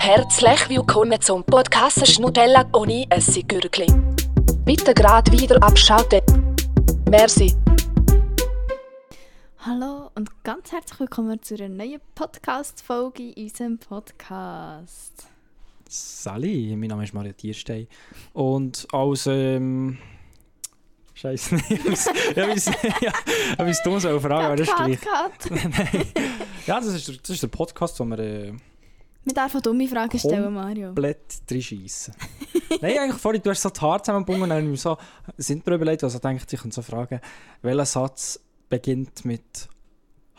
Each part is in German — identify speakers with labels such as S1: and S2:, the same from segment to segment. S1: herzlich willkommen zum Podcast Schnutella ohne Essiggürkli. Bitte gerade wieder abschalten. Merci.
S2: Hallo und ganz herzlich willkommen zu einer neuen Podcast-Folge in unserem Podcast.
S3: Sally, mein Name ist Maria Tierstein und aus ähm, Scheiße, ich habe es dumm so fragen, aber das ist gleich.
S2: Podcast.
S3: Ja, das ist, das ist der Podcast, wo wir äh,
S2: Wir dürfen dumme Fragen stellen,
S3: Komm.
S2: Mario.
S3: Blätter reinschiessen. Nein, eigentlich vorhin, du hast so die Haare zusammengebunden und dann habe ich mir so, sind mir überlegt, also denke ich, ich könnte so fragen, welcher Satz beginnt mit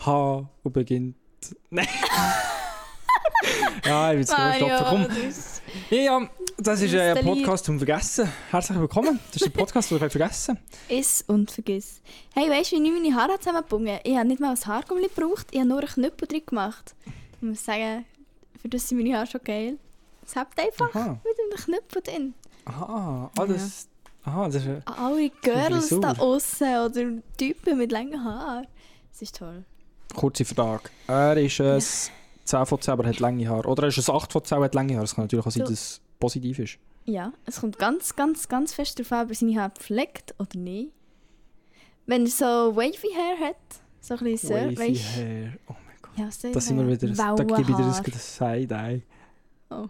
S3: H und beginnt... Nein! Ah, ja, ich will es stoppen. Komm,
S2: das-
S3: Ja, ja, das ist äh, ein
S2: Lüsterli.
S3: Podcast zum Vergessen. Herzlich willkommen. Das ist der Podcast, den ich vergessen
S2: Iss und vergiss. Hey, weißt du, wie ich meine Haare zusammengebunden habe? Ich habe nicht mal ein Haargummi gebraucht, ich habe nur einen Knüppel drin gemacht. Ich muss sagen, für das sind meine Haare schon geil. Es habt einfach
S3: Aha.
S2: mit einem Knüppel drin.
S3: Aha, ah, das, aha, das ist, äh,
S2: An Alle Girls
S3: Frisur.
S2: da aussen oder Typen mit langen Haaren. Das ist toll.
S3: kurze Frage. Er ist ein 10 von 10, aber hat lange Haare. Oder er ist ein 8 von 10, hat lange Haare. Es kann natürlich auch sein,
S2: Du-
S3: dass es positiv ist.
S2: Ja, es kommt ganz, ganz, ganz fest darauf an, ob er seine Haare pflegt oder nicht. Wenn er so wavy Hair hat, so ein bisschen Sir,
S3: Wavy
S2: weißt du?
S3: Hair. Oh mein Gott.
S2: Ja, Sir,
S3: Da sind wir wieder, da gebe ich wieder ein gutes Side-Eye.
S2: Oh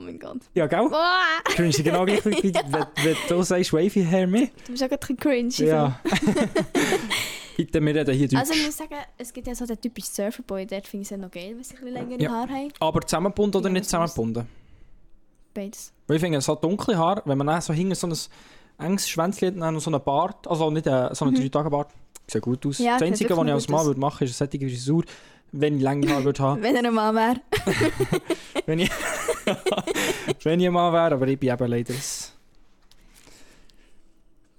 S2: mein Gott.
S3: Ja, gell?
S2: Boah,
S3: Cringe, genau gleich, wie wie- wenn wenn du sagst Wavy Hair mehr.
S2: du bist auch gerade ein bisschen cringy.
S3: Ja. Bitte, wir reden hier
S2: so.
S3: Deutsch.
S2: Also ich muss sagen, es gibt ja so den typischen Surferboy, dort finde ich es ja noch geil, wenn sie ein bisschen längere
S3: Ja.
S2: Haare haben.
S3: aber zusammengebunden oder
S2: Ja,
S3: nicht
S2: das muss-
S3: zusammengebunden?
S2: Beides.
S3: Weil ich finde, so dunkle Haare, wenn man dann so hinten so ein enges Schwänzchen hat und dann noch so einen Bart, also nicht äh, so einen 3-Tage-Bart, sieht gut aus.
S2: Mhm. Ja,
S3: das
S2: sieht
S3: Einzige,
S2: wirklich
S3: was ich als
S2: gut aus.
S3: Mann würde machen, ist eine sättige Frisur, wenn ich lange Haare würde haben.
S2: Wenn er ein Mann wäre.
S3: wenn, ich, wenn ich ein Mann wäre, aber ich bin eben leider... Das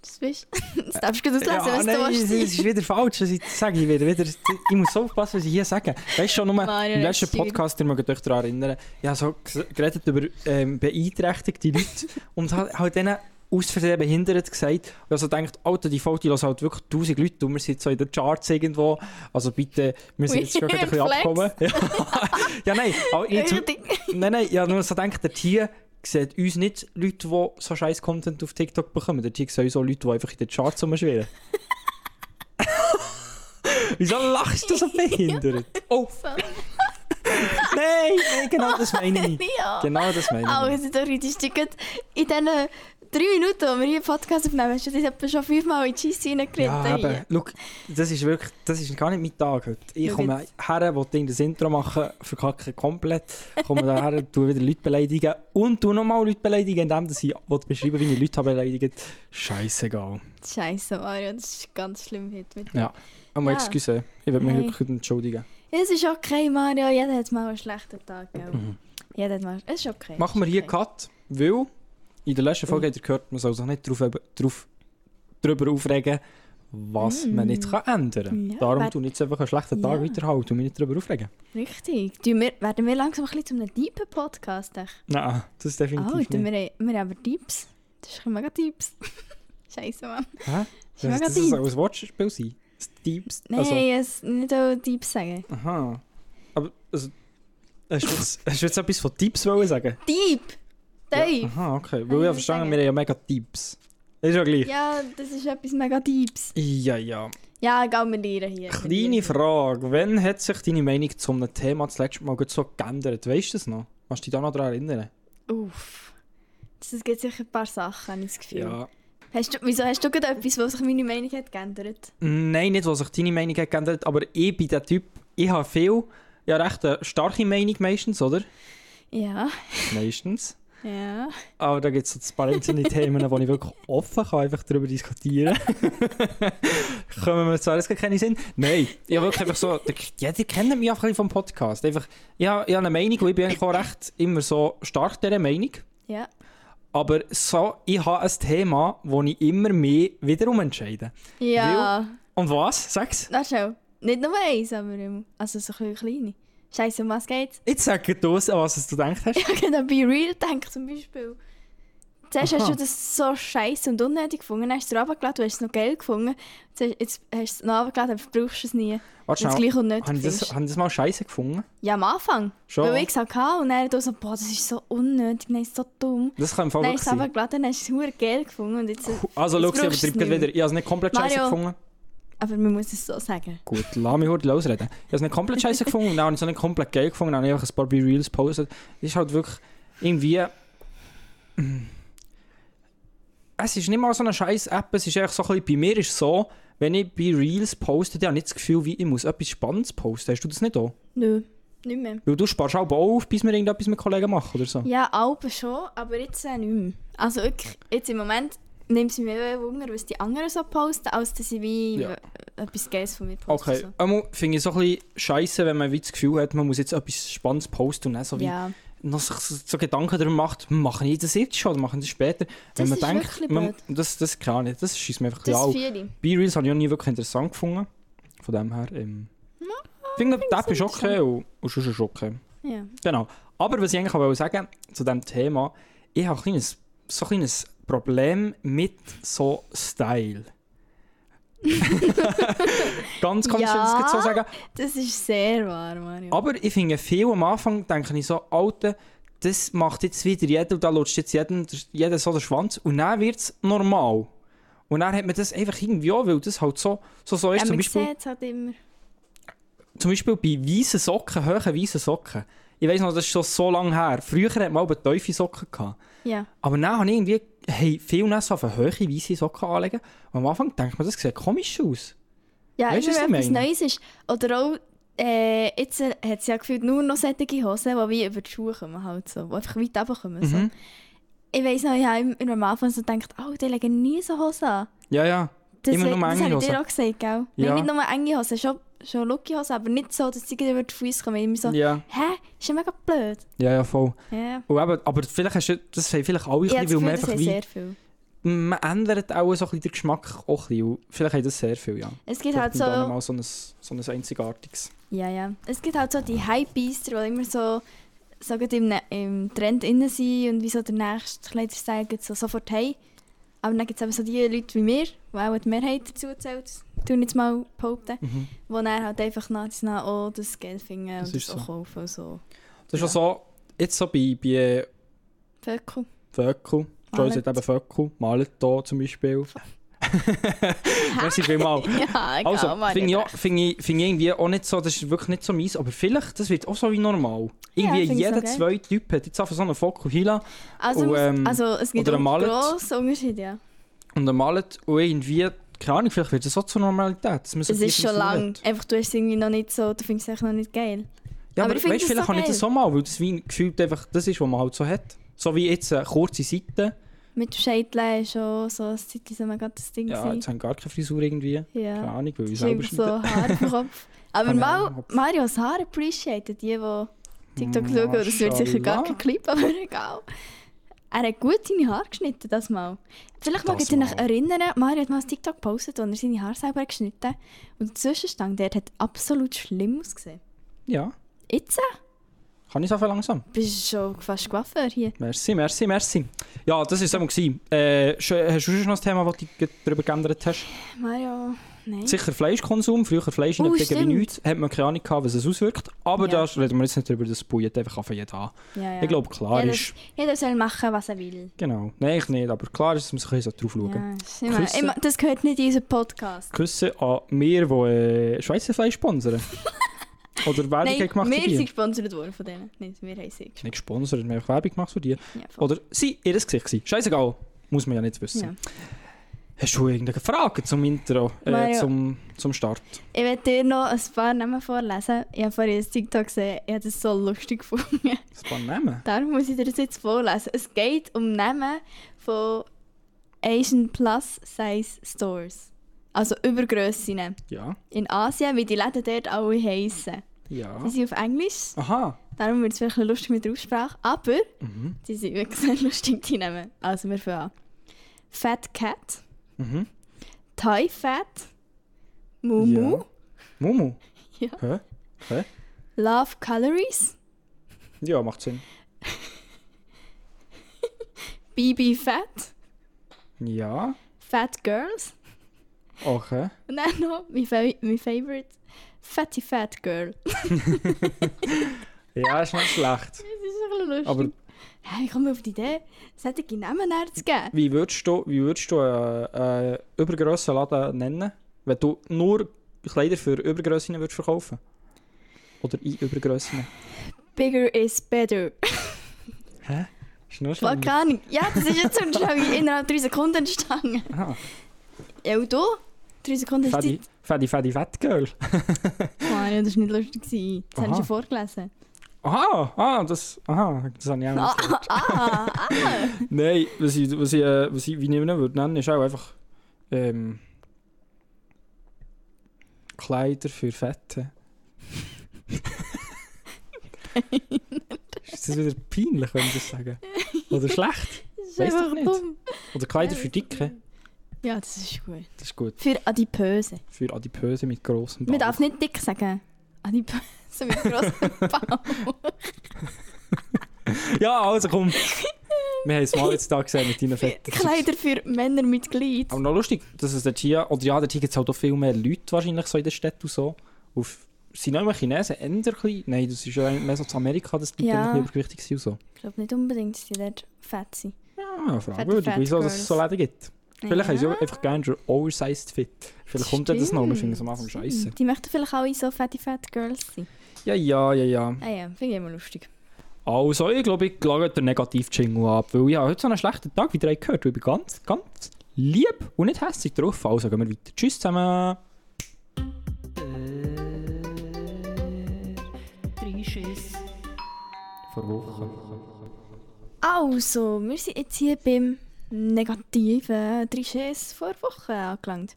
S2: Das weißt du. Das darfst du gut auslesen, wenn
S3: nein,
S2: du
S3: das
S2: willst.
S3: ist wieder falsch, das sage ich wieder. wieder. Ich muss so aufpassen, was ich hier sage. Weißt du schon, nur
S2: Mario,
S3: im
S2: das ist
S3: letzten
S2: schwierig.
S3: Podcast, ihr mögt euch daran erinnern, ich habe so ges- geredet über ähm, beeinträchtigte Leute und habe halt denen aus Versehen behindert gesagt. Und ich habe so gedacht, Alter, die Folge die hören halt wirklich 1000 Leute und wir sind so in den Charts irgendwo. Also bitte, wir sind jetzt schon gerade ein bisschen
S2: Weird
S3: abgekommen. Ja, ja nein, aber jetzt,
S2: Richtig.
S3: Nein, nein, ja, nur so denkt, der Tier sieht uns nicht Leute, die so scheiß Content auf TikTok bekommen. Der Tier sieht uns auch Leute, die einfach in den Charts rumschwirren. Wieso lachst du so behindert? Oh! nein, nein, genau das meine ich nicht.
S2: Ja.
S3: Genau das meine ich
S2: Aber
S3: nicht.
S2: es ist doch richtig stückend. In diesen drei eh, Minuten, die wir hier Podcast aufnehmen, hast du dich etwa schon fünfmal in die Scheisse
S3: Ja,
S2: reingeredet.
S3: eben. Schau, das ist wirklich, das ist gar nicht mein Tag heute. Ich
S2: Schau
S3: komme her, will Ding das Intro machen, verkacke komplett, komme daher, tue wieder Leute beleidigen und tu nochmal Leute beleidigen, indem dass ich will beschreiben wie ich Leute habe beleidigt. Scheißegal.
S2: Scheiße, Mario, das ist ganz schlimm heute mit dir.
S3: Ja. Aber
S2: Ja.
S3: excuse, ich will mich
S2: Hey.
S3: wirklich entschuldigen.
S2: Es ist okay, Mario. Jeder hat mal einen schlechten Tag. Gell?
S3: Mhm.
S2: Jeder hat mal. Es ist okay.
S3: Machen wir hier
S2: okay.
S3: Cut, weil in der letzten
S2: Mm.
S3: Folge habt ihr gehört, man soll sich nicht drauf, drauf, drüber aufregen, was man nicht kann ändern
S2: Mm. Ja,
S3: kann. Darum
S2: wer-
S3: tue ich jetzt einfach einen schlechten Tag
S2: Ja.
S3: weiterhalten und mich nicht drüber aufregen.
S2: Richtig. Tun Wir, werden wir langsam ein bisschen zu einem deepen Podcast? echt?
S3: Nein, das ist definitiv
S2: Oh,
S3: nicht.
S2: tun wir, wir haben aber Tipps. Das ist ein mega Tipps. Scheiße, Mann.
S3: Hä?
S2: Ist
S3: Das,
S2: mega
S3: das soll
S2: deep.
S3: ein Wortspiel sein. Das Deepst.
S2: Nein,
S3: Also,
S2: es nicht auch Tipps sagen.
S3: Ah, aha. Ah, Aber, also, hast du jetzt, hast du jetzt etwas von Tipps wollen sagen?
S2: Deep!
S3: Ja.
S2: Deep!
S3: Aha,
S2: Kann
S3: okay. Weil
S2: ich
S3: ich
S2: nicht
S3: habe verstanden,
S2: sagen.
S3: wir haben ja mega Tipps. Ist ja gleich.
S2: Ja, das ist etwas mega Deeps.
S3: Ja, ja.
S2: Ja, gehen wir lernen hier.
S3: Kleine Frage. Wann hat sich deine Meinung zu einem Thema das letzte Mal gut so geändert? Weißt du das noch? Kannst du dich da noch daran erinnern?
S2: Uff. Es gibt sicher ein paar Sachen, habe ich das Gefühl.
S3: Ja.
S2: Hast du, wieso hast du gerade etwas, was sich meine Meinung hat geändert?
S3: Nein, nicht, was sich deine Meinung hat geändert aber E ich bin der Typ, ich habe viel, ja eh, recht eine starke Meinung meistens, oder?
S2: Ja.
S3: Meistens.
S2: Ja.
S3: Aber da gibt es so ein paar einzelne Themen, wo ich wirklich offen kann, einfach darüber diskutieren Kommen wir zu alles gar keine Sinn? Nein, ich habe wirklich einfach so, ja, die kennen mich einfach ein bisschen vom Podcast. Einfach, ich habe, ich habe eine Meinung und ich bin eigentlich auch recht immer so stark dieser Meinung.
S2: Ja.
S3: Aber so, ich habe ein Thema, wo ich immer mehr wiederum entscheide.
S2: Ja.
S3: Und was? Sag's.
S2: Na schnell. Nicht nur eins, aber ähm, also so ein bisschen kleine. Scheiße, um was geht's? genau,
S3: Jetzt sag du es, an was du gedacht hast.
S2: Ich habe an Be Real gedacht zum Beispiel. Zuerst hast
S3: Aha.
S2: du das so scheiße und unnötig gefunden, dann hast du es runtergeladen, du hast es noch geil gefunden. Jetzt hast- Jetzt hast du es noch runtergeladen, aber brauchst es nie.
S3: Warte
S2: Das
S3: schnell,
S2: gleiche und nicht
S3: haben das,
S2: findest.
S3: haben das mal scheiße gefunden?
S2: Ja, am Anfang.
S3: Schon.
S2: Weil ich gesagt habe, und dann du so, boah, das ist so unnötig, dann ist es so dumm.
S3: Das kann im Fall
S2: Dann
S3: wirklich
S2: hast du es
S3: sein.
S2: runtergeladen, dann hast du es verdammt geil gefunden. Und jetzt,
S3: Also, schau,
S2: Jetzt brauchst
S3: sie
S2: du es
S3: übertreibt
S2: nicht
S3: gerade
S2: mehr.
S3: wieder. Ich habe es nicht komplett scheiße
S2: Mario.
S3: gefunden.
S2: aber man muss es so sagen.
S3: Gut, lass mich heute losreden. Ich habe es nicht komplett scheiße gefunden, dann habe ich es auch nicht komplett geil gefunden, dann habe ich einfach ein paar Be-Reels gepostet. Es ist halt wirklich irgendwie... mm, Es ist nicht mal so eine scheiß App, es ist einfach so ein bisschen... Bei mir ist es so, wenn ich Be-Reels poste, dann habe ich nicht das Gefühl, wie ich muss etwas Spannendes posten. Hast du das nicht auch?
S2: Nö, nicht mehr.
S3: Weil du sparst auch auf, bis wir irgendetwas mit Kollegen machen oder so.
S2: Ja, Alben schon, aber jetzt äh, nicht mehr. Also wirklich, jetzt im Moment nimmt es mich mehr Wunder, was die anderen so posten, als dass ich wie
S3: Ja.
S2: äh, etwas Geiles von mir poste.
S3: Okay, einmal finde ich es so ein bisschen scheiße, wenn man wie das Gefühl hat, man muss jetzt etwas Spannendes posten und dann so
S2: So.
S3: wie...
S2: Ja,
S3: noch sich so so Gedanken darüber macht, machen ich das jetzt schon oder machen das später.
S2: Das
S3: Wenn man
S2: ist
S3: denkt,
S2: wirklich
S3: man,
S2: blöd.
S3: das, das kann ich nicht, das schießt mir einfach
S2: das
S3: klar.
S2: fühle ich.
S3: B-Reels habe ich auch nie wirklich interessant gefunden. Von dem her, ähm, finde ich, die App ist okay und, und sonst ist okay.
S2: Ja.
S3: Genau. Aber was ich eigentlich auch wollte sagen zu diesem Thema, ich habe ein kleines, so ein kleines Problem mit so Style. Ganz komisch, wenn ich das so
S2: Ja.
S3: sagen.
S2: Das ist sehr wahr, Mario.
S3: Aber ich finde viel am Anfang, denke ich so, Alter, das macht jetzt wieder jeder und da lutscht jetzt jeden, jeder so den Schwanz und dann wird es normal. Und dann hat man das einfach irgendwie auch, weil das halt so, so, so ist.
S2: ja,
S3: zum,
S2: man
S3: Beispiel,
S2: sieht es halt immer.
S3: zum Beispiel bei weißen Socken, hohen weißen Socken. Ich weiß noch, das ist schon so lange her. Früher hat man aber tiefe Socken gehabt.
S2: Ja.
S3: Aber dann habe ich irgendwie hey, viel Ness auf eine hohe weiße Socken anlegen. Und am Anfang denkt man, das sieht komisch aus.
S2: Ja,
S3: Weisst du,
S2: immer
S3: was ich
S2: wenn etwas
S3: meine?
S2: Neues ist. Oder auch, äh, jetzt äh, hat es ja gefühlt nur noch solche Hosen, die wie über die Schuhe kommen, halt so. Die einfach weit runterkommen, so.
S3: Mhm.
S2: Ich weiss noch, ich habe immer- immer am Anfang so gedacht, oh, die legen nie so Hosen an.
S3: Ja, ja.
S2: Das,
S3: Immer
S2: eh, dus we-
S3: nur
S2: das
S3: enge
S2: habe ich
S3: Hosen.
S2: dir auch gesagt, gell?
S3: Ja.
S2: Nein, nicht nur enge Hosen, schon, schon Lucky Hosen, aber nicht so, dass sie gleich über die Füße kommen. Immer so,
S3: Ja,
S2: hä, ist ja mega blöd.
S3: ja, ja, voll.
S2: Ja.
S3: Und eben, aber vielleicht hast du, das haben vielleicht alle ein
S2: Ich habe
S3: bisschen,
S2: das Gefühl,
S3: weil man
S2: das
S3: einfach
S2: haben
S3: wie...
S2: sehr viel.
S3: man ändert auch so ein bisschen den Geschmack auch ein bisschen. und Vielleicht haben das sehr viel, ja.
S2: Es gibt halt
S3: Vielleicht
S2: so...
S3: haben wir da mal so ein, so ein einzigartiges.
S2: Ja, ja. Es gibt halt so die Hype-Beister, die immer so, so gerade im, Ne- im Trend innen sind und wie so der nächste Kleiderstyle geht so sofort hey. Aber dann gibt es eben so die Leute wie mir, die auch die Mehrheit dazu zählt, tun jetzt mal behaupten, die dann halt einfach nach und nach oh, das Geld finden
S3: Das
S2: und das
S3: ist
S2: auch
S3: so.
S2: kaufen und so.
S3: Das ist
S2: Ja.
S3: auch so, jetzt so bei, bei
S2: Vöckel.
S3: Vöckel, Joyce hat eben Vöckel, Malet hier zum Beispiel. Merci vielmals.
S2: Ja,
S3: Also,
S2: egal, Mann,
S3: finde ich,
S2: ja.
S3: auch- finde ich, finde ich irgendwie auch nicht so, das ist wirklich nicht so meins, aber vielleicht, das wird auch so wie normal.
S2: Ja,
S3: Irgendwie
S2: finde ich
S3: jeder
S2: so geil.
S3: zweite Typ hat jetzt einfach so einen Fokus Hila
S2: Also,
S3: Und,
S2: muss-
S3: ähm,
S2: also es gibt
S3: oder ein Mallet.
S2: grossen Unterschied, ja.
S3: und einen Malet und irgendwie, keine Ahnung, vielleicht wird das auch zur Normalität. dass man so
S2: Es ist
S3: tief
S2: schon
S3: ins Maul
S2: lang.
S3: hat.
S2: Einfach, du hast es irgendwie noch nicht so, du findest es eigentlich noch nicht geil.
S3: Ja,
S2: Aber
S3: aber,
S2: ich finde
S3: weißt,
S2: das
S3: vielleicht
S2: so
S3: kann ich das so mal, weil das wie gefühlt einfach das ist, was man halt so hat. So wie jetzt äh, kurze Seiten.
S2: Mit dem Scheitel ist schon so ein Zeitchen so mega das Ding.
S3: Ja,
S2: gewesen.
S3: jetzt haben gar keine Frisur irgendwie. Keine
S2: Ja,
S3: Ahnung, weil ich
S2: ich
S3: selber
S2: habe so Haar im Kopf. Aber
S3: Keine
S2: mal,
S3: Ahnung, ob's-
S2: Marios Haar appreciated, die, die TikTok
S3: Mm,
S2: schauen, das wird sicher gar
S3: Mashallah.
S2: kein Clip, aber egal. Er hat gut seine Haare geschnitten, das Mal. Vielleicht
S3: Das
S2: mag ich mich
S3: Mal.
S2: erinnern, Mario hat mal ein TikTok gepostet, wo er seine Haare selber hat geschnitten hat. Und die Zwischenstange, der hat absolut schlimm ausgesehen.
S3: Ja,
S2: Jetzt äh,
S3: kann ich es einfach langsam.
S2: bist du schon fast Coiffeur hier.
S3: Merci, merci, merci. Ja, das war es gewesen. Äh, sch- hast du schon noch ein Thema, das du ge- darüber geändert hast?
S2: Mario, nein.
S3: Sicher Fleischkonsum. Früher Fleisch in
S2: Hm? Oh,
S3: der Pflege wie
S2: stimmt.
S3: nichts. Hat man keine Ahnung gehabt, was es auswirkt. Aber
S2: Ja.
S3: da reden wir jetzt nicht darüber, das Bujet einfach auf jeden an.
S2: Ja, ja.
S3: Ich glaube, klar
S2: jeder,
S3: ist...
S2: jeder soll machen, was er will.
S3: Genau. Nein, ich nicht. Aber klar ist, dass man sich ein bisschen drauf schauen
S2: Ja, ist immer,
S3: Küssen.
S2: immer, das gehört nicht in unseren Podcast.
S3: Küsse an mir, die äh, Schweizer Fleisch sponsern. Oder Werbung haben gemacht für
S2: wir
S3: die.
S2: sind gesponsert worden von denen. Nein, wir haben sie gesponsert.
S3: Nicht gesponsert, wir haben einfach Werbung gemacht für die.
S2: Ja, voll.
S3: Oder sie ihr Gesicht gewesen. Scheißegal, muss man ja nicht wissen.
S2: ja.
S3: Hast du irgendeine Frage zum Intro, äh,
S2: Mario.
S3: zum, zum Start?
S2: Ich werde dir noch ein paar Namen vorlesen. Ich habe vorhin ein TikTok gesehen, ich habe das so lustig gefunden.
S3: Das paar Namen.
S2: Darum muss ich dir das jetzt vorlesen. Es geht um Namen von Asian Plus Size Stores. Also Übergrössinnen.
S3: Ja.
S2: In Asien, wie die Läden dort alle heissen. Die
S3: Ja.
S2: sind auf Englisch,
S3: Aha.
S2: darum wird es vielleicht ein bisschen lustig mit der Aussprache. Aber
S3: Mhm.
S2: die sind wirklich sehr lustig, die Namen. Also wir fangen an. Fat Cat.
S3: Mhm.
S2: Thai Fat, Mumu,
S3: Ja. Mumu.
S2: Ja.
S3: Hä? Hä?
S2: Love Calories,
S3: Ja, macht Sinn.
S2: Baby Fat,
S3: Ja,
S2: Fat Girls.
S3: okay.
S2: Und dann noch mein, Fa mein Favorite, Fatty Fat Girl.
S3: Ja, ist nicht schlecht.
S2: Das ist ein bisschen lustig.
S3: Aber
S2: hey, ich komme auf die Idee, solche Namen näher zu geben.
S3: wie würdest du, wie würdest du einen äh, übergrossen Laden nennen, wenn du nur Kleider für Übergrössen würdest verkaufen? Oder in Übergrössen?
S2: Bigger is better.
S3: Hä? Ist nur
S2: Voll keine Ahnung. Ja, das ist jetzt so schnell innerhalb drei Sekunden entstanden.
S3: Ah,
S2: Ja, und du? Drei Sekunden hast du
S3: Fadi,
S2: Zeit.
S3: Fadi, Fadi, Fat Girl.
S2: Mann, ja, das war nicht lustig. gewesen. Das habe ich
S3: Aha.
S2: schon vorgelesen.
S3: Aha, ah, das, aha, das habe ich auch
S2: Ah,
S3: nicht.
S2: ah, ah.
S3: Nein, was ich, was ich, äh, was ich wie nehmen würde nennen, ist auch einfach ähm, Kleider für Fette. ist das wieder peinlich, wenn ich das sage? Oder schlecht?
S2: Das ist
S3: Weiss doch
S2: einfach
S3: nicht.
S2: dumm.
S3: Oder Kleider für Dicke?
S2: Ja, das ist gut.
S3: Das ist gut.
S2: Für Adipöse.
S3: Für Adipöse mit grossem
S2: Man
S3: Bauch.
S2: darf nicht dick sagen. Ah, Adipöse mit grossem Bauch.
S3: Ja, also komm. Wir haben es mal jetzt da gesehen mit deinen Fetten.
S2: Kleider für Männer mit Glied.
S3: Aber noch lustig, dass es dort hier, oder ja, dort gibt es halt auch viel mehr Leute wahrscheinlich so in der Stadt und so. Auf, sind auch immer Chinesen, eher ein bisschen- Nein, das ist ja eigentlich mehr so zu Amerika, dass die
S2: Ja.
S3: ja. übergewichtig sind und so.
S2: Ich glaube nicht unbedingt, dass die dort fett sind.
S3: Ja, fragwürdig,
S2: Fat
S3: wieso dass es so
S2: Girls.
S3: Läden gibt. Vielleicht haben sie
S2: Ja,
S3: auch einfach gerne den oversized fit. Vielleicht kommt ja das noch, wir finden es am Anfang
S2: stimmt.
S3: scheiße.
S2: Die möchten vielleicht alle so fette, fette Girls sein.
S3: Ja, ja, ja, ja.
S2: Ah ja, finde ich immer lustig.
S3: Also, ich glaube, ich lage den Negativ-Jingle ab, weil ich habe heute so einen schlechten Tag, wie ihr habt gehört, weil ich bin ganz, ganz lieb und nicht hässlich drauf. Also, gehen wir weiter. Tschüss zusammen.
S4: Drei Schiss.
S3: Vor Wochen.
S2: Also, wir sind jetzt hier beim negativen Trichés vor Wochen angelangt.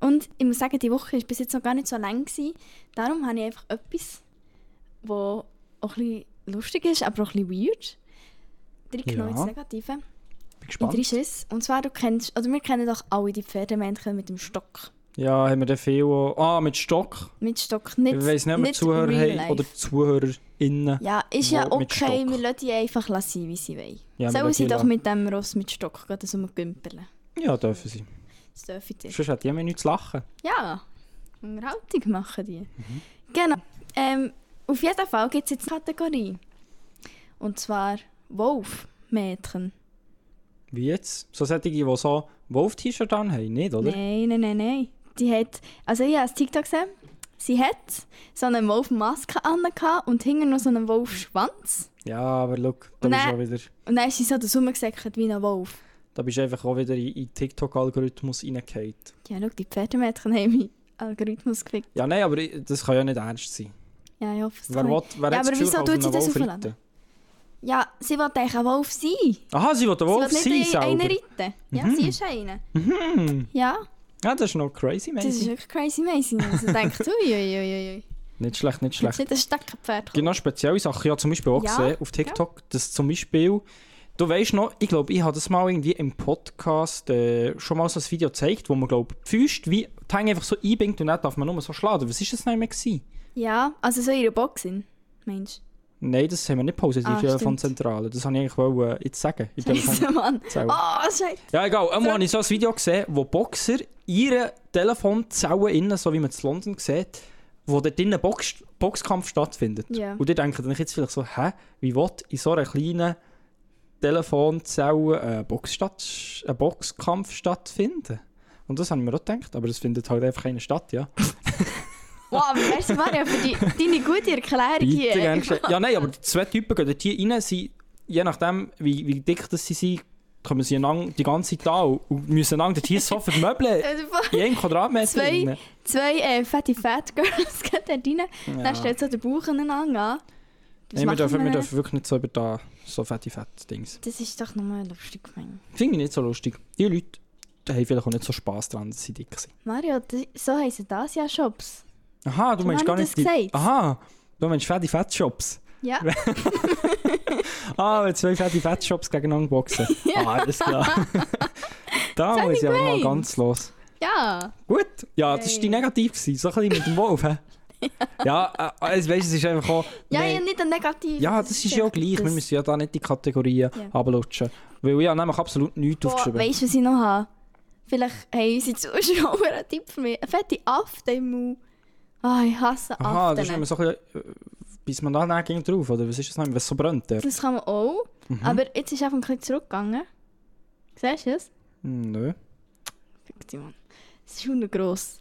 S2: Und ich muss sagen, die Woche war bis jetzt noch gar nicht so lang. Gewesen. Darum habe ich einfach etwas, das auch ein bisschen lustig ist, aber auch ein bisschen weird. Drei
S3: Ja.
S2: Knoten Negative.
S3: Bin
S2: In
S3: gespannt.
S2: Trichés. Und zwar, du kennst, oder wir kennen doch alle die Pferdemännchen mit dem Stock.
S3: Ja, haben wir den viel. auch- Ah, mit Stock.
S2: Mit Stock, nicht
S3: ich weiss nicht, ob wir
S2: nicht
S3: Zuhörer
S2: real
S3: haben
S2: life.
S3: oder ZuhörerInnen.
S2: Ja, ist ja
S3: Wo- mit
S2: okay,
S3: Stock.
S2: wir lassen die einfach lassen, wie sie wollen.
S3: Ja, wir
S2: Sollen
S3: lassen
S2: sie
S3: die
S2: doch
S3: lassen.
S2: mit dem Ross mit Stock gerade so gümpeln.
S3: Ja, dürfen sie.
S2: Das dürfen sie.
S3: Sonst hätte ich mir nichts zu lachen.
S2: Ja, Unterhaltung machen die.
S3: Mhm.
S2: Genau. Ähm, auf jeden Fall gibt es jetzt eine Kategorie. Und zwar Wolf-Mädchen.
S3: Wie jetzt? So solche, die so Wolf-T-Shirt anhaben, nicht, oder?
S2: Nein, nein, nein, nein. Die hat, also ich habe ein TikTok gesehen, sie hat so eine Wolfmaske an und hinten noch so einen Wolfschwanz.
S3: Ja, aber look, da bist
S2: Nein.
S3: du auch wieder...
S2: Und dann ist sie so da rumgesäckert wie ein Wolf.
S3: Da bist du einfach auch wieder in in TikTok-Algorithmus reingehauen.
S2: Ja, schau, die Pferdemädchen haben meinen Algorithmus gekriegt.
S3: Ja, nein, aber ich- das kann ja nicht ernst sein.
S2: Ja, ich hoffe es
S3: Wer,
S2: kann-
S3: will, wer
S2: Ja,
S3: hat
S2: aber
S3: das
S2: wieso
S3: Gefühl, auf
S2: tut
S3: einen
S2: sie das
S3: Wolf
S2: aufladen?
S3: reiten?
S2: Ja, sie will eigentlich ein Wolf sein.
S3: Aha, sie will den Wolf
S2: sie will
S3: sein
S2: nicht einen
S3: selber.
S2: reiten. Ja, sie ist einer.
S3: Hm.
S2: Ja,
S3: Ja, das ist noch crazy,
S2: das ist
S3: mate.
S2: wirklich crazy amazing. Also denkt, uiuiuiui,
S3: Nicht schlecht, nicht schlecht.
S2: jetzt nicht ein Steckenpferd.
S3: Genau, spezielle Sachen. Ich habe zum Beispiel auch
S2: Ja,
S3: gesehen auf TikTok, dass zum Beispiel, du weißt noch, ich glaube, ich habe das mal irgendwie im Podcast äh, schon mal so ein Video gezeigt, wo man, glaube ich, die Füße wie die Hänge einfach so einbindet und dann darf man nur so schlagen. Was war das denn mehr? Gewesen?
S2: Ja, also so ihre Boxin, meinst
S3: Nein, das haben wir nicht pausiert,
S2: Ah,
S3: ah, die von
S2: stimmt.
S3: Zentrale. Das wollte ich eigentlich wollen, äh, jetzt sagen. Ich
S2: du? Scheiße, Mann.
S3: Zell.
S2: Oh, scheiße.
S3: Ja, egal. Einmal habe ich so ein Video gesehen, wo Boxer ihre Telefonzellen innen, so wie man es in London sieht, wo dort innen Box Boxkampf stattfindet.
S2: Ja.
S3: Und die denken dann jetzt vielleicht so, hä, wie will in so einer kleinen Telefonzelle ein, Box statt, ein Boxkampf stattfinden? Und das habe ich mir auch gedacht, aber es findet halt einfach keine statt, ja.
S2: Wow, merci Mario für die, deine gute Erklärung hier.
S3: Bitte gern geschehen. Ja, nein, aber die zwei Typen gehen dort hier rein, sie, je nachdem, wie, wie dick das sie sind, kommen sie einander die ganze Zeit an und müssen einander dort hier so vermöbeln.
S2: Also von-
S3: In einem Quadratmeter.
S2: Zwei.
S3: drin.
S2: Zwei äh, fette Fat Girls gehen da rein.
S3: Ja.
S2: Dann stellt so der Bauch aneinander an. Was
S3: Nein, wir,
S2: machen
S3: dürfen, wir
S2: denn?
S3: dürfen wirklich nicht so über da so fette fette Dings.
S2: Das ist doch nochmal lustig gemeint.
S3: Finde ich nicht so lustig. Die Leute die haben vielleicht auch nicht so Spass daran, dass sie dick sind.
S2: Mario, das, so heissen das ja Shops.
S3: Aha, du
S2: So
S3: meinst
S2: habe
S3: gar
S2: ich
S3: nicht
S2: das
S3: die...
S2: gesagt.
S3: Aha, du meinst fette fette Shops.
S2: Ja.
S3: Ah, wenn zwei fette fette Shops gegeneinander boxen. ja. Ah, alles klar. da muss ich aber mal
S2: gemeint.
S3: ganz los.
S2: ja.
S3: Gut, ja, das war
S2: Hey.
S3: die negativ. gewesen. So ein bisschen mit dem Wolf, hä? ja, äh, also, weißt du, es ist einfach auch...
S2: Ja,
S3: Nein.
S2: ja, nicht ein negativ. Dus
S3: Ja, das ist ja auch gleich. Wir müssen ja da nicht die Kategorien
S2: Ja.
S3: ablutschen. Weil ich habe nämlich absolut nichts
S2: Boah,
S3: aufgeschrieben.
S2: weißt du, was ich noch habe? Vielleicht haben unsere Zuschauer einen Tipp für mich. Eine fette Afte im Mund. Ah, ich hasse
S3: Aha, das ist
S2: Aften.
S3: immer so ein bisschen, äh, bis man da dann ging drauf, oder was ist das noch, was so brennt der?
S2: Das kann man auch. Aber jetzt ist einfach ein bisschen zurückgegangen. Siehst du es?
S3: Hm, Nö.
S2: Fick dich, Mann. Es ist schon gross.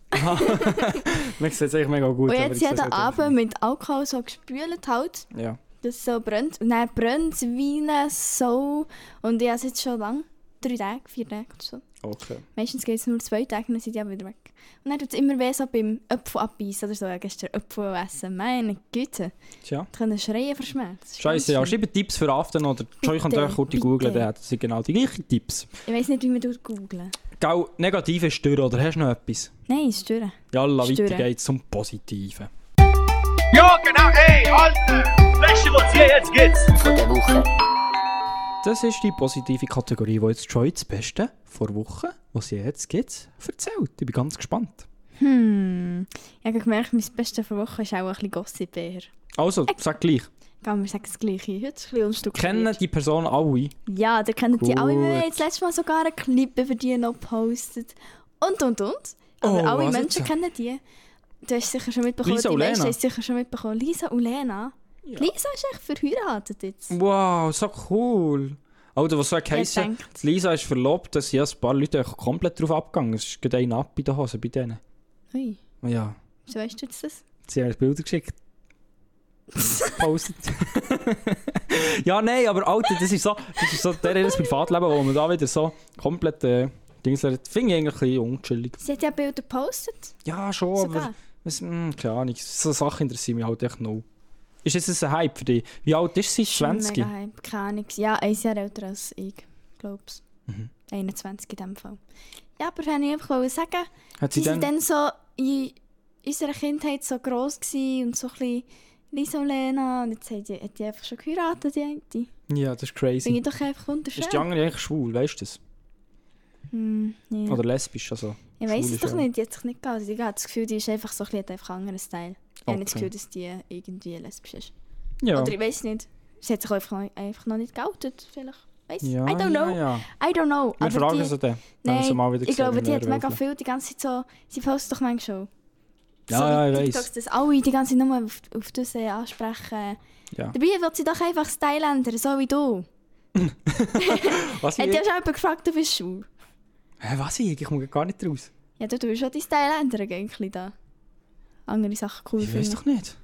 S3: Mir sieht es eigentlich mega gut.
S2: Und
S3: aber
S2: jetzt
S3: ich sehe es
S2: jeden
S3: nicht
S2: Abend mit Alkohol so gespült halt.
S3: wirklich. Ja.
S2: dass es so brennt. Und dann brennt es wie eine Sau. Und ich habe es jetzt schon lange. Drei Tage, vier Tage oder so.
S3: Okay.
S2: Meistens geht es nur zwei Tage, dann sind die auch wieder weg. Und dann tut es immer weh so beim Apfel abbeißen oder so. Ich habe gestern Apfel essen. Meine Güte.
S3: Tja.
S2: Die können schreien vor Schmerz.
S3: Scheiße, ja. Schreibt Tipps für Aften oder Joy könnt
S2: Bitte,
S3: euch kurz
S2: bitte.
S3: googeln, dann hat sie genau die gleichen Tipps.
S2: Ich weiss nicht, wie man dort googeln.
S3: Gell, negative Stören, oder hast du noch etwas?
S2: Nein, stören.
S3: Jalla, weiter
S2: Stören.
S3: geht's zum Positiven.
S4: Ja, genau, ey, Alter! Beste, was hier jetzt geht's!
S3: Das ist die positive Kategorie, wo jetzt Joy das Beste vor Wochen, was sie jetzt gibt, erzählt. Ich bin ganz gespannt.
S2: Hm. Ich habe gemerkt, mein Beste von Woche ist auch ein bisschen Gossip eher.
S3: Also, sag gleich.
S2: Gehen wir sagen das Gleiche. Heute ist es ein bisschen unstrukturiert.
S3: Kennen die Person alle?
S2: Ja, da kennen die alle. Wir
S3: Gut.
S2: haben jetzt letztes Mal sogar einen Clip über die noch gepostet. Und, und, und. Aber
S3: Oh,
S2: alle
S3: was
S2: Menschen
S3: jetzt?
S2: kennen die. Du hast sicher schon mitbekommen,
S3: Lisa
S2: die
S3: und
S2: meisten
S3: Lena.
S2: haben es sicher schon mitbekommen. Lisa und Lena. Lisa ist echt verheiratet jetzt.
S3: Wow, so cool. Alter, Also, was soll
S2: Ja,
S3: heissen?
S2: denkt.
S3: Die Lisa ist verlobt, da sind ein paar Leute eigentlich komplett drauf abgegangen. Es ist gerade ein ab bei den Hosen, bei denen.
S2: Ui,
S3: Ja,
S2: wieso weißt du jetzt das?
S3: sie haben uns Bilder geschickt. Postet. ja, nein, aber Alter, das ist so, das ist so der ihr Privatleben, wo man da wieder so komplett äh, Dings lernt. Finde ich eigentlich ein bisschen unchillig.
S2: Sie hat ja Bilder gepostet.
S3: Ja, schon,
S2: Sogar.
S3: Oh, aber. Was, mh, keine Ahnung, so Sachen interessieren mich halt echt null. Ist jetzt das ein Hype für dich? Wie alt ist sie? 20?
S2: Mega hype, keine Ahnung. Ja, ein Jahr älter als ich, glaub's.
S3: Mhm.
S2: 21 in dem Fall. Ja, aber wenn ich einfach wollte sagen,
S3: Hat
S2: Sie
S3: sie
S2: waren
S3: dann.
S2: dann so in unserer Kindheit so gross gsi und so ein bisschen Lisa und Lena und jetzt hat die, hat die einfach schon geheiratet, die eine. Finde
S3: Ja, das ist crazy.
S2: ich doch einfach wunderschön.
S3: Ist die andere eigentlich schwul, weißt du das?
S2: Hm, ja.
S3: Oder lesbisch, also.
S2: Ich weiß
S3: schwul
S2: es
S3: ist
S2: doch
S3: ja-
S2: nicht, die hat sich nicht gehalten. Ich habe das Gefühl, die ist einfach so ein bisschen, hat einfach einen anderen Style. Ich habe nicht das
S3: Okay.
S2: Gefühl, dass die irgendwie lesbisch ist.
S3: Ja.
S2: Oder ich weiß nicht, sie hat sich einfach noch, einfach noch nicht gehalten, vielleicht. Weiss.
S3: ja,
S2: I don't know,
S3: Ja, ja.
S2: I don't know.
S3: Wir
S2: aber
S3: fragen
S2: die,
S3: sie dann, wenn wir
S2: Nein,
S3: sie mal wieder
S2: ich glaube,
S3: sehen,
S2: die
S3: wenn
S2: hat
S3: wir
S2: mega
S3: wollen.
S2: viel die ganze Zeit so. Sie postet doch manchmal schon.
S3: Ja,
S2: so
S3: ja, ich
S2: wie
S3: weiss.
S2: TikToks, dass alle die ganze Zeit nur auf, auf das äh, ansprechen.
S3: Ja.
S2: Dabei wird sie doch einfach das Teil ändern, so wie du.
S3: Was
S2: Hat
S3: ich,
S2: ja schon jemand gefragt, du bist schwul.
S3: Hä, was ich? Ich komme gar nicht raus.
S2: Ja, du, du willst schon dein Teil ändern, gell, ein bisschen da. Andere Sachen cool
S3: Ich weiß
S2: finden.
S3: doch nicht.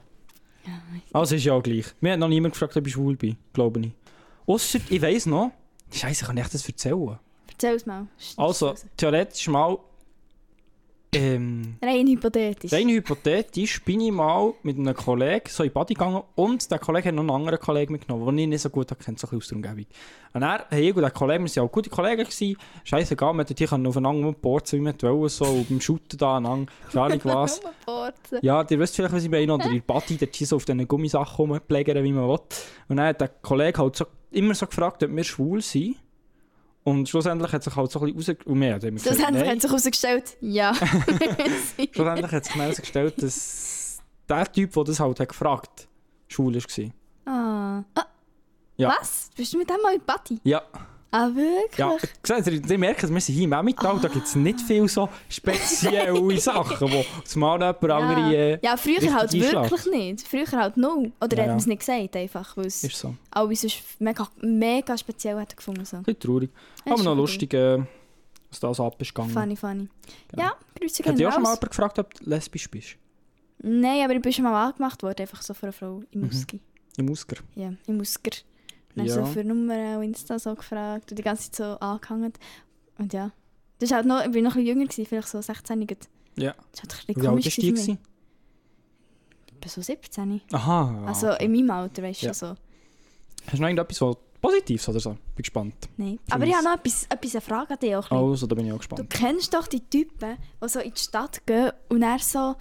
S3: Also ist ja auch gleich. Mir hat noch niemand gefragt, ob ich schwul bin, glaube ich. Ausser, ich weiß noch. Scheiße, ich kann echt das erzählen.
S2: Erzähl's mal. Sch-
S3: Also,
S2: erzähl's.
S3: theoretisch mal. Ähm,
S2: Rein hypothetisch.
S3: rein hypothetisch bin ich mal mit einem Kollegen so in die Party gegangen und der Kollege hat noch einen anderen Kollegen mitgenommen, den ich nicht so gut kennt, so ein bisschen aus der Umgebung. Und er, hey, ich und der Kollege, wir waren auch gute Kollegen. gewesen. Scheißegal, wir konnten aufeinander rumporzen, wie wir wollen, so und beim Shooten da aneinander, keine Ahnung was.
S2: Porzen.
S3: Ja, ihr wisst vielleicht, was ich meine, oder in der Party, dort so auf diesen Gummisachen rumplägern, wie man will. Und dann hat der Kollege halt so, immer so gefragt, ob wir schwul sind. Und schlussendlich hat sich halt so ein bisschen rausge... Und wir haben immer gesagt,
S2: Schlussendlich
S3: nein.
S2: hat sich herausgestellt, ja.
S3: Schlussendlich hat sich herausgestellt, dass der Typ, der das halt hat gefragt schwul war.
S2: ah. ah.
S3: Ja.
S2: Was? Bist du mit dem mal in die Party?
S3: Ja,
S2: Ah, wirklich?
S3: ja. Seht Ihr, ihr merkt, wir sind hier im Emmental, da gibt es nicht viele so spezielle Sachen, wo zumal jemand ja. andere... Äh,
S2: ja, früher
S3: richtig
S2: halt
S3: einschlägt.
S2: wirklich nicht. Früher halt null. Oder
S3: Ja,
S2: hat
S3: ja.
S2: man es nicht gesagt, einfach, dus weil es
S3: Ist so. Ein
S2: alle sonst mega, mega speziell hätten gefunden. So.
S3: bisschen traurig. Aber
S2: schon
S3: noch
S2: cool.
S3: lustig, äh, was da so ab ist gegangen.
S2: Funny, Genau. funny.
S3: Genau.
S2: Ja, Grüße
S3: Hat
S2: gehen
S3: dich auch schon mal
S2: raus.
S3: jemand gefragt, ob du lesbisch bist?
S2: Nein, aber ich bin schon mal angemacht worden, einfach so von einer Frau
S3: Mhm.
S2: im Muski.
S3: Im Ausger.
S2: Ja, im Musker. Dann
S3: Ja.
S2: so für Nummern und eh, Insta so gefragt und die ganze Zeit so angehangen. Und ja, Dus das ist halt noch, ich war noch ein bisschen jünger, gewesen, vielleicht so 16 gut.
S3: Ja.
S2: Das ist halt ein bisschen
S3: Wie alt
S2: komisch
S3: ist
S2: gewesen
S3: die?
S2: für mich.
S3: gewesen?
S2: Ich bin so 17.
S3: Aha. ja.
S2: Also in meinem Alter, weißt du, also,
S3: Ja.
S2: so.
S3: Hast du noch irgendetwas was Positives oder so? Bin gespannt.
S2: Nein. Aber ich habe noch etwas, etwas eine Frage an dich auch. ein bisschen.
S3: Also, da bin ich auch
S2: Du
S3: gespannt.
S2: kennst doch die Typen, die so in die Stadt gehen und dann so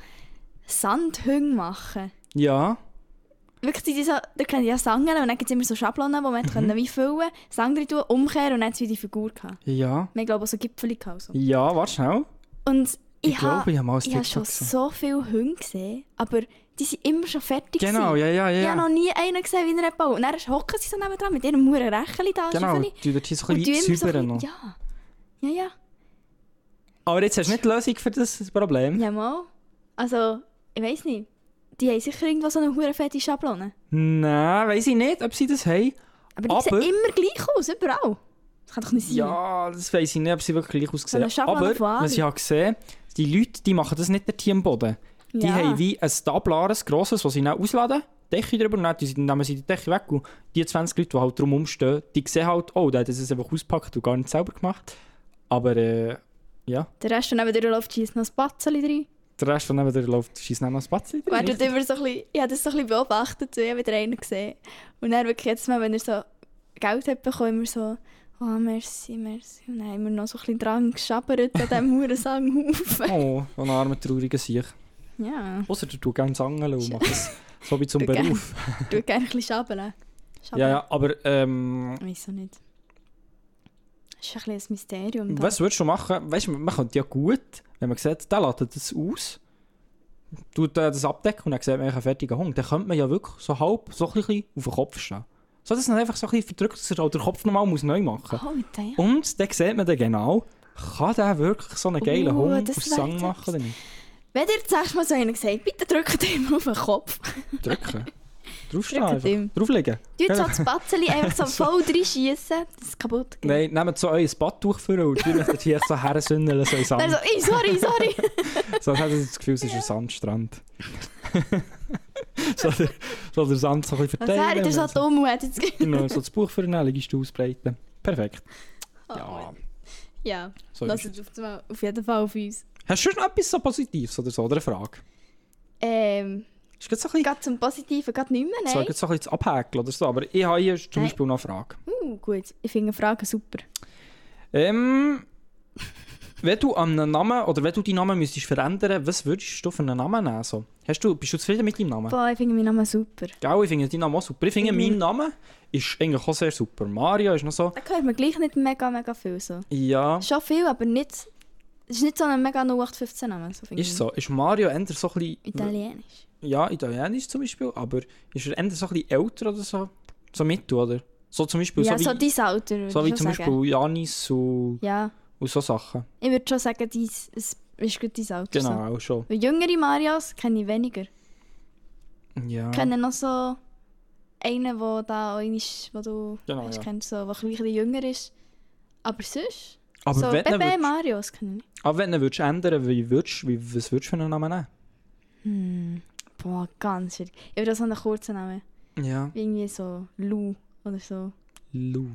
S2: Sandhüng machen.
S3: Ja.
S2: Wirklich, die, die so, da kennen die ja Sangen und dann gibt es immer so Schablonen, die man mhm. wie füllen Sang drin tun, umkehren und dann hat es wie die Figur gehabt.
S3: Ja.
S2: Wir glauben so Gipfeli gehabt. und So.
S3: Ja, warte schnell.
S2: Und ich,
S3: glaube,
S2: habe
S3: ich habe mal ein
S2: ich habe
S3: TikTok
S2: schon
S3: gesehen.
S2: so viele Hunde gesehen, aber die sind immer schon fertig
S3: Genau,
S2: gewesen.
S3: ja, ja, ja.
S2: Ich habe noch nie einen gesehen, wie er hat gebaut. Und dann hocken sie so nebenan mit ihrem huren Rächeli da.
S3: genau,
S2: Schüffeli.
S3: du dort so ein
S2: Und die immer
S3: bisschen
S2: so
S3: säubern
S2: ein bisschen-
S3: noch.
S2: Ja. Ja, ja.
S3: Aber jetzt hast du nicht die Lösung für das Problem.
S2: Ja, mal. Also, ich weiß nicht. Die haben sicher irgendwo so eine hure fette Schablone.
S3: Nein, weiss ich nicht, ob sie das haben.
S2: Aber die
S3: Aber-
S2: sehen immer gleich aus, überall. Das kann doch nicht sein.
S3: Ja, das weiss ich nicht, ob sie wirklich gleich aussehen.
S2: eine Schablone
S3: Aber,
S2: von Alu.
S3: was ich habe gesehen, die Leute, die machen das nicht dort hier am Boden. Die
S2: Ja.
S3: haben wie ein Tablar, ein grosses, das sie dann ausladen, die Decke drüber und dann die- dann nehmen sie die Decke weg. Und die 20 Leute, die halt drum rumstehen, die sehen halt, oh, der hat das einfach ausgepackt und gar nicht selber gemacht. Aber äh, ja,
S2: Der Rest, der neben dir läuft, schießt noch ein Batzeli rein.
S3: der Rest, der neben dir läuft, schießt dann noch ein Spatzchen
S2: Wer dort immer so ein bisschen, ich habe das so ein bisschen beobachtet, so, ich habe wieder einen gesehen. Und dann wirklich jedes Mal, wenn er so Geld hat bekommen, immer so, oh, merci, merci. Und dann haben wir noch so ein bisschen dran geschabbert an diesem Hurensanghaufen.
S3: Oh, so ein armer, trauriger Sieg.
S2: Ja,
S3: Ausser du tust gerne Sangeln und machst es so wie zum
S2: Du gerne.
S3: Beruf.
S2: ich tue gerne ein bisschen schabbeln. Schabbeln.
S3: Ja, ja, aber ähm,
S2: Ich weiß auch nicht. Das ist ein bisschen ein Mysterium. da.
S3: was würdest du machen? Weißt du, man könnte ja gut, wenn man sieht, der lädt das aus, tut äh, das abdecken und dann sieht man eigentlich einen fertigen Hund. Dann könnte man ja wirklich so halb, so ein bisschen auf den Kopf stehen. So, dass man einfach so ein bisschen verdrückt ist oder den Kopf nochmal muss neu machen
S2: Oh, mit der, ja.
S3: Und dann sieht man dann genau, kann der wirklich so einen geilen
S2: Uh,
S3: Hund
S2: das
S3: aus
S2: wär
S3: Sang
S2: jetzt
S3: machen oder nicht?
S2: Wenn ihr das erste Mal so einen sagt, bitte drückt ihm auf den Kopf.
S3: Drücken. Draufstehen
S2: Drückt
S3: einfach.
S2: ihm.
S3: Drauflegen.
S2: Du
S3: Gell?
S2: so das Batzeli einfach so voll reinschiessen, dass es kaputt geht.
S3: Nein, nehmt so euer Badtuch vor und tut euch hier so hersündeln, so in Sand.
S2: Dann so, ey, sorry, sorry.
S3: So hat das Gefühl, es ist ein Sandstrand. so, der, so der Sand so ein bisschen
S2: Was wäre
S3: verteilen.
S2: ihr so
S3: und
S2: dumm und hättet es-
S3: Genau, so das Buch für eine liegst du ausbreiten. Perfekt.
S2: Oh,
S3: Ja,
S2: Ja,
S3: so ist
S2: lasst
S3: es.
S2: es auf, dem- auf jeden Fall auf uns.
S3: Hast du schon etwas so Positives oder so? Oder eine Frage?
S2: Ähm,
S3: Ist gerade so ein bisschen,
S2: gerade zum Positiven, gerade nicht mehr,
S3: so,
S2: nein.
S3: gerade so ein bisschen zu abhäkeln oder so. Aber ich habe hier zum
S2: Nein.
S3: Beispiel noch eine Frage.
S2: Uh, gut, ich finde Fragen super.
S3: Ähm, wenn du an einem Namen oder wenn du deinen Namen müsstest verändern, was würdest du für einen Namen nehmen? So? Hast du, bist du zufrieden mit deinem Namen?
S2: Boah, ich finde meinen Namen super.
S3: Gell, ich finde deinen Namen auch super. Ich finde,
S2: Mhm.
S3: mein Name ist eigentlich auch sehr super. Mario ist noch so.
S2: Da hört man gleich nicht mega, mega viel so.
S3: Ja.
S2: Schon viel, aber nicht... Es ist nicht so ein mega 0815 Name, so finde ich.
S3: Ist so. Ist Mario eher so ein bisschen,
S2: Italienisch.
S3: ja, italienisch zum Beispiel, aber ist er eher so ein bisschen älter oder so? So mit, oder? So zum Beispiel,
S2: Ja,
S3: so,
S2: so
S3: wie,
S2: dein Alter, würde
S3: so
S2: ich
S3: wie
S2: schon
S3: zum
S2: sagen.
S3: Beispiel Janis und,
S2: Ja,
S3: und so Sachen.
S2: ich würde schon sagen, dies, es ist gut dein Alter. So.
S3: Genau, auch schon.
S2: Weil jüngere Marios kenne ich weniger.
S3: Ja.
S2: Ich kenne noch so einen, der da auch einen ist, den du
S3: Genau,
S2: weißt,
S3: ja.
S2: kennst, so, der ein bisschen jünger ist. Aber sonst,
S3: Aber
S2: so
S3: wenn du
S2: Bebe
S3: würdest-
S2: Marios kenne ich nicht.
S3: aber wenn du würdest ändern, wie würdest, wie, was würdest du für einen Namen nehmen?
S2: Boah, ganz schwierig. Ich würde auch so einen kurzen Namen.
S3: Ja.
S2: Irgendwie so Lou oder so.
S3: Lou.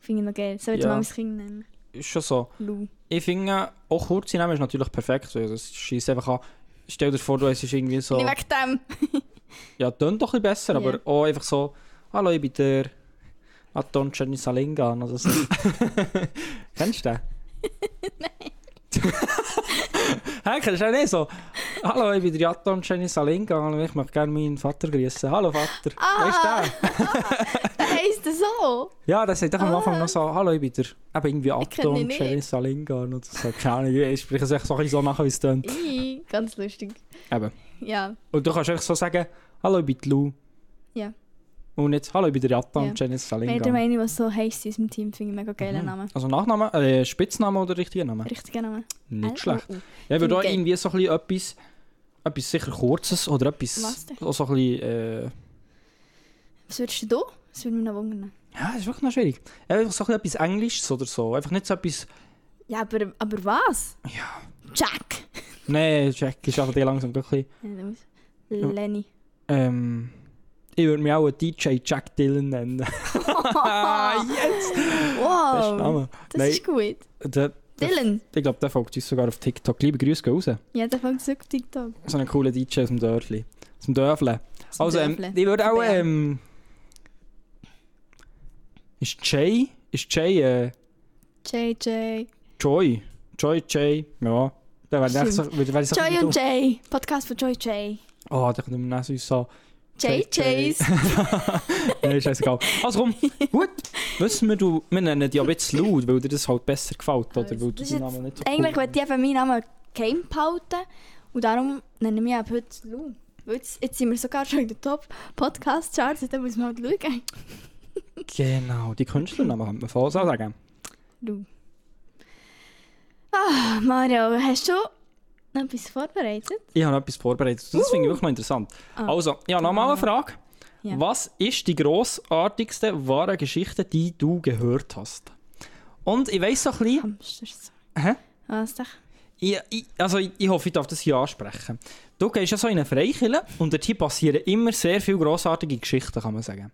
S2: Finde ich noch geil. So würde ich
S3: Ja.
S2: mal mein Kind nennen.
S3: Ist schon so.
S2: Lou.
S3: Ich finde, auch kurze Namen ist natürlich perfekt. Also, das schießt einfach an. Stell dir vor, du es ist irgendwie so.
S2: Nicht wegen dem.
S3: Ja, tönt doch ein bisschen besser,
S2: Ja.
S3: aber auch einfach so, hallo, ich bin der Anton Cernisalingan oder so. kennst du den? Nein. Hä, kennst du den nicht so? Hallo, ich bin der Anton Cernisalingan und ich möchte gerne meinen Vater grüßen. Hallo Vater.
S2: Ah.
S3: Weißt du den?
S2: Der heisst so.
S3: Ja, der sagt doch am
S2: Ah.
S3: Anfang noch so, hallo, ich bin der, eben irgendwie
S2: kenn ihn
S3: Anton
S2: nicht.
S3: Cernisalingan oder so. Keine Ahnung, ich spreche es echt so ein bisschen so nachher, wie es tönt.
S2: Ih, ganz lustig.
S3: Eben.
S2: Ja.
S3: Und du kannst einfach so sagen, hallo, ich bin die Lou.
S2: Ja.
S3: Und jetzt, hallo, ich bin der Anton
S2: Ja.
S3: Cernisalingan.
S2: Mehr der Meinung, was so heisst in unserem dus Team, finde ich einen mega
S3: Mhm.
S2: geilen Namen.
S3: Also Nachname, äh, Spitzname oder richtiger Name?
S2: Richtiger Name. Äh,
S3: Nicht schlecht.
S2: LOU.
S3: Ja, weil da
S2: Geil.
S3: irgendwie so ein bisschen etwas, etwas sicher Kurzes oder
S2: Was
S3: etwas,
S2: denn?
S3: auch so ein bisschen, äh,
S2: Was würdest du da? Das würde mich noch wundern.
S3: ja, das ist wirklich noch schwierig. Ja, einfach so ein bisschen etwas Englisches oder so. Einfach nicht so etwas,
S2: Ja, aber, aber was?
S3: ja,
S2: Jack!
S3: nee, Jack ist einfach dir langsam wirklich,
S2: Lenny.
S3: ähm, ich würde mich auch einen DJ Jack Dylan nennen. ah, yes! Das ist ein
S2: Wow!
S3: Name.
S2: Oh, Das ist gut.
S3: Nein, der, der,
S2: Dylan!
S3: ich glaube, der folgt uns sogar auf TikTok. Liebe Grüße gehen raus.
S2: Ja, der fängt zurück auf TikTok.
S3: So einen coolen DJ aus dem Dörfli. Aus dem Dörfle.
S2: Zum
S3: Also, ähm,
S2: Dörfle.
S3: ich würde auch.
S2: Bern.
S3: Ähm, ist Jay? Ist Jay äh,
S2: JJ.
S3: Joy? Joy Jay? Ja. Dann wäre ich so. Wär, wär ich so um-
S2: Joy und Jay. Podcast von Joy Jay.
S3: Oh, dann können wir uns so.
S2: JJs.
S3: Nein, ist egal. Also komm, gut. Wissen wir, du, wir nennen dich aber jetzt laut, weil dir das halt besser gefällt, oder?
S2: Also,
S3: Weil du
S2: das ist
S3: deinen
S2: jetzt
S3: Namen nicht so
S2: Eigentlich
S3: cool.
S2: wollte ich eben meinen Namen geheim behalten. Und darum nenne ich mich ab heute Lou. Weil jetzt, jetzt sind wir sogar schon in den Top-Podcast-Charts und dann muss man halt schauen.
S3: Genau, die Künstlernamen könnte man vorher so sagen.
S2: Du. Ah, Mario, hast du etwas vorbereitet?
S3: Ich habe etwas vorbereitet. Das finde ich wirklich noch interessant.
S2: Ah.
S3: Also, ja, nochmal eine Frage.
S2: Ja.
S3: Was ist die grossartigste wahre Geschichte, die du gehört hast? Und ich weiss so ein bisschen,
S2: Hamster.
S3: Hä?
S2: Was doch?
S3: ich, ich, also ich, ich hoffe, ich darf das hier ansprechen. Du gehst ja so in eine Freikirche und dort passieren immer sehr viele grossartige Geschichten, kann man sagen.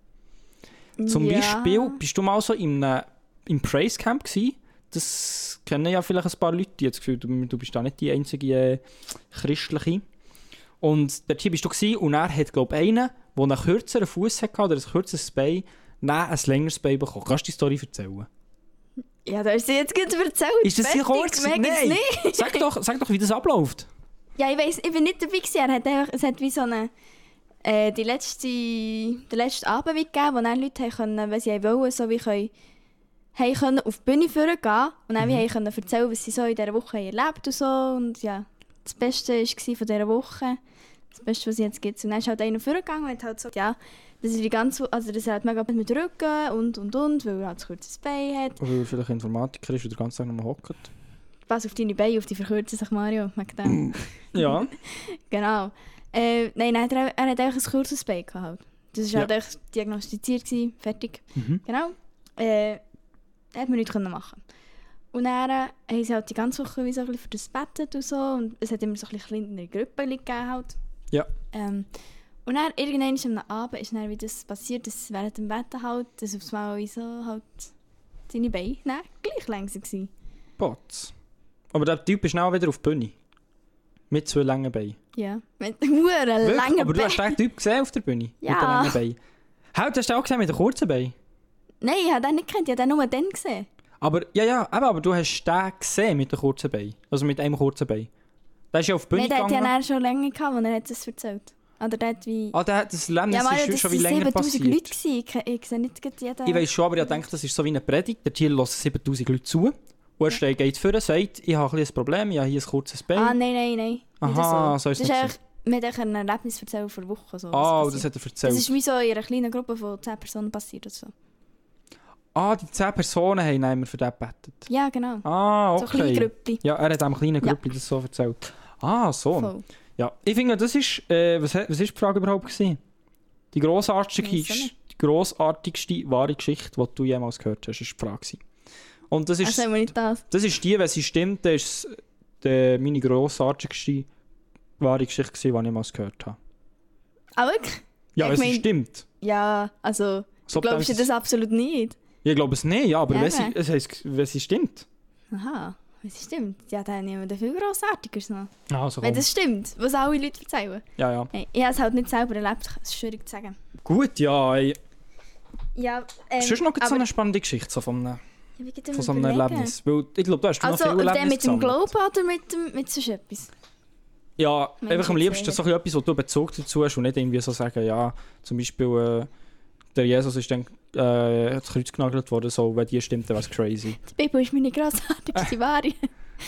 S3: Zum
S2: Ja.
S3: Beispiel, bist du mal so in einem, im Praise Camp gewesen? Das kennen ja vielleicht ein paar Leute, die jetzt Gefühl, du, du bist da nicht die einzige äh, christliche. Und dort bist du gewesen und er hat, glaube ich, einen, der einen kürzeren Fuß hatte oder ein kürzeres Bein, nein, ein längeres Bein bekommen. Kannst du die Story erzählen?
S2: Ja, da ist sie jetzt gerade erzählt.
S3: Ist das hier
S2: Fertig,
S3: kurz?
S2: mehr gibt's
S3: Nein!
S2: nicht.
S3: Sag doch, sag doch, wie das abläuft.
S2: Ja, ich weiß, ich bin nicht dabei gewesen. Er hat einfach, es hat wie so eine, äh, die letzte, den letzten Abend wie gegeben, wo dann Leute haben können, wenn sie wollen, so wie können, haben können auf die Bühne führen gehen und dann wie haben können erzählen, was sie so in dieser Woche haben erlebt und so und ja, das Beste war von dieser Woche, das Beste, was es jetzt gibt. Und dann ist halt einer vorgegangen und hat halt so, ja, dass er die ganze, also dass er halt mega mit dem Rücken und und und, weil er halt ein kurzes Bein hat.
S3: Weil er vielleicht Informatiker ist und den ganzen Tag nochmal hockt.
S2: Pass auf deine Beine auf, die verkürzen sich, Mario, wegen dem.
S3: Ja.
S2: Genau. Äh, nein, nein, er, er hat eigentlich ein kurzes Bein gehabt. Das war halt
S3: Ja.
S2: echt diagnostiziert, gewesen, fertig.
S3: Mhm.
S2: Genau. Äh, da hat man nichts können machen. Und dann äh, haben sie halt die ganze Woche wie so ein bisschen für das bettet und so. Und es hat immer so ein bisschen kleinere Gruppen gegeben halt.
S3: Ja.
S2: Ähm, und dann irgendwann am Abend ist dann wieder das passiert, dass während dem Betten halt, dass aufs Mal wie so halt seine Beine dann gleich lang waren.
S3: Bots. Aber der Typ ist schnell wieder auf die Bühne. Mit zwei langen Beinen.
S2: Ja. Mit huren langen
S3: aber du hast den Typ gesehen auf der Bühne? Mit den
S2: Ja.
S3: langen Beinen. Halt, hast du den auch gesehen mit den kurzen Beinen?
S2: Nein, ich habe den nicht gekannt, ich habe den nur dann gesehen.
S3: Aber, ja, ja, eben, aber du hast den gesehen mit den kurzen Beinen. Also mit einem kurzen Bein. Der ist ja auf die Bühne
S2: Nein, der hat ja
S3: gegangen.
S2: dann schon länger gehabt, als er hat das erzählt. Oder der hat wie...
S3: Ah, der hat das Leben
S2: ja,
S3: das
S2: Mario,
S3: ist schon wie
S2: sind
S3: länger
S2: 7000
S3: passiert.
S2: Leute gewesen. Ich, ke- ich sehe nicht gerade jeden...
S3: Ich weiß schon, aber ich denke, das ist so wie eine Predigt. Der Tier hören 7000 Leute zu. Und er steht, geht vor, sagt, ich habe ein bisschen ein Problem, ich habe hier ein kurzes Bein.
S2: Ah, nein, nein, nein. Nicht
S3: Aha, so ist
S2: das
S3: nicht
S2: ist eigentlich... Mit einem Erlebnis erzählt vor Wochen. So,
S3: Ah,
S2: was
S3: das
S2: passiert.
S3: hat er erzählt.
S2: das ist wie so in einer kleinen Gruppe von 10 Personen passiert oder so.
S3: Ah, die 10 Personen haben immer für den gebettet.
S2: Ja, genau.
S3: Ah,
S2: So kleine
S3: okay.
S2: Gruppe.
S3: ja, er hat einem kleinen
S2: Ja.
S3: Gruppe das so erzählt. Ah, so.
S2: Voll.
S3: Ja, ich finde, das ist... Äh, was, he- was ist die Frage überhaupt gewesen? Die grossartigste,
S2: Ich weiss auch nicht.
S3: die grossartigste wahre Geschichte, die du jemals gehört hast, ist die Frage. gewesen. Und das ist,
S2: Also haben wir nicht das.
S3: das ist die, wenn sie stimmt, das ist die, meine grossartigste wahre Geschichte, gewesen, die ich jemals gehört habe.
S2: Ah, wirklich?
S3: Ja,
S2: Ja,
S3: wenn
S2: ich
S3: sie
S2: mein-
S3: stimmt.
S2: Ja, also...
S3: So,
S2: glaubst du
S3: dann-
S2: das absolut nicht?
S3: Ich glaube es nicht, ja, aber
S2: Ja,
S3: wenn, sie,
S2: eben.
S3: es heisst, wenn sie stimmt.
S2: Aha, das stimmt. Ja, dann nehmen wir den viel grossartigeres noch.
S3: Also,
S2: Wenn
S3: komm.
S2: das stimmt, was alle Leute erzählen.
S3: Ja, ja.
S2: Hey, ich habe es halt nicht selber erlebt, es ist schwierig zu sagen.
S3: Gut, ja, ey.
S2: Ja, ähm,
S3: Sonst noch so
S2: aber-
S3: eine spannende Geschichte so von, einem,
S2: Ja, wie geht's dem
S3: von so einem
S2: überlegen?
S3: Erlebnis. Weil ich glaube, du hast
S2: Also eh,
S3: noch viel
S2: der
S3: Erlebnis
S2: mit dem
S3: gesammelt.
S2: Glauben oder mit, dem, mit sonst etwas?
S3: Ja,
S2: Mensch,
S3: einfach am
S2: jetzt
S3: liebsten
S2: eher.
S3: so ein bisschen etwas, wo du Bezug dazu hast und nicht irgendwie so sagen, ja, zum Beispiel, äh, der Jesus ist dann äh, ins Kreuz genagelt worden, so, wenn die stimmt, dann wäre es crazy.
S2: Die Bibel ist meine grossartigste Ware.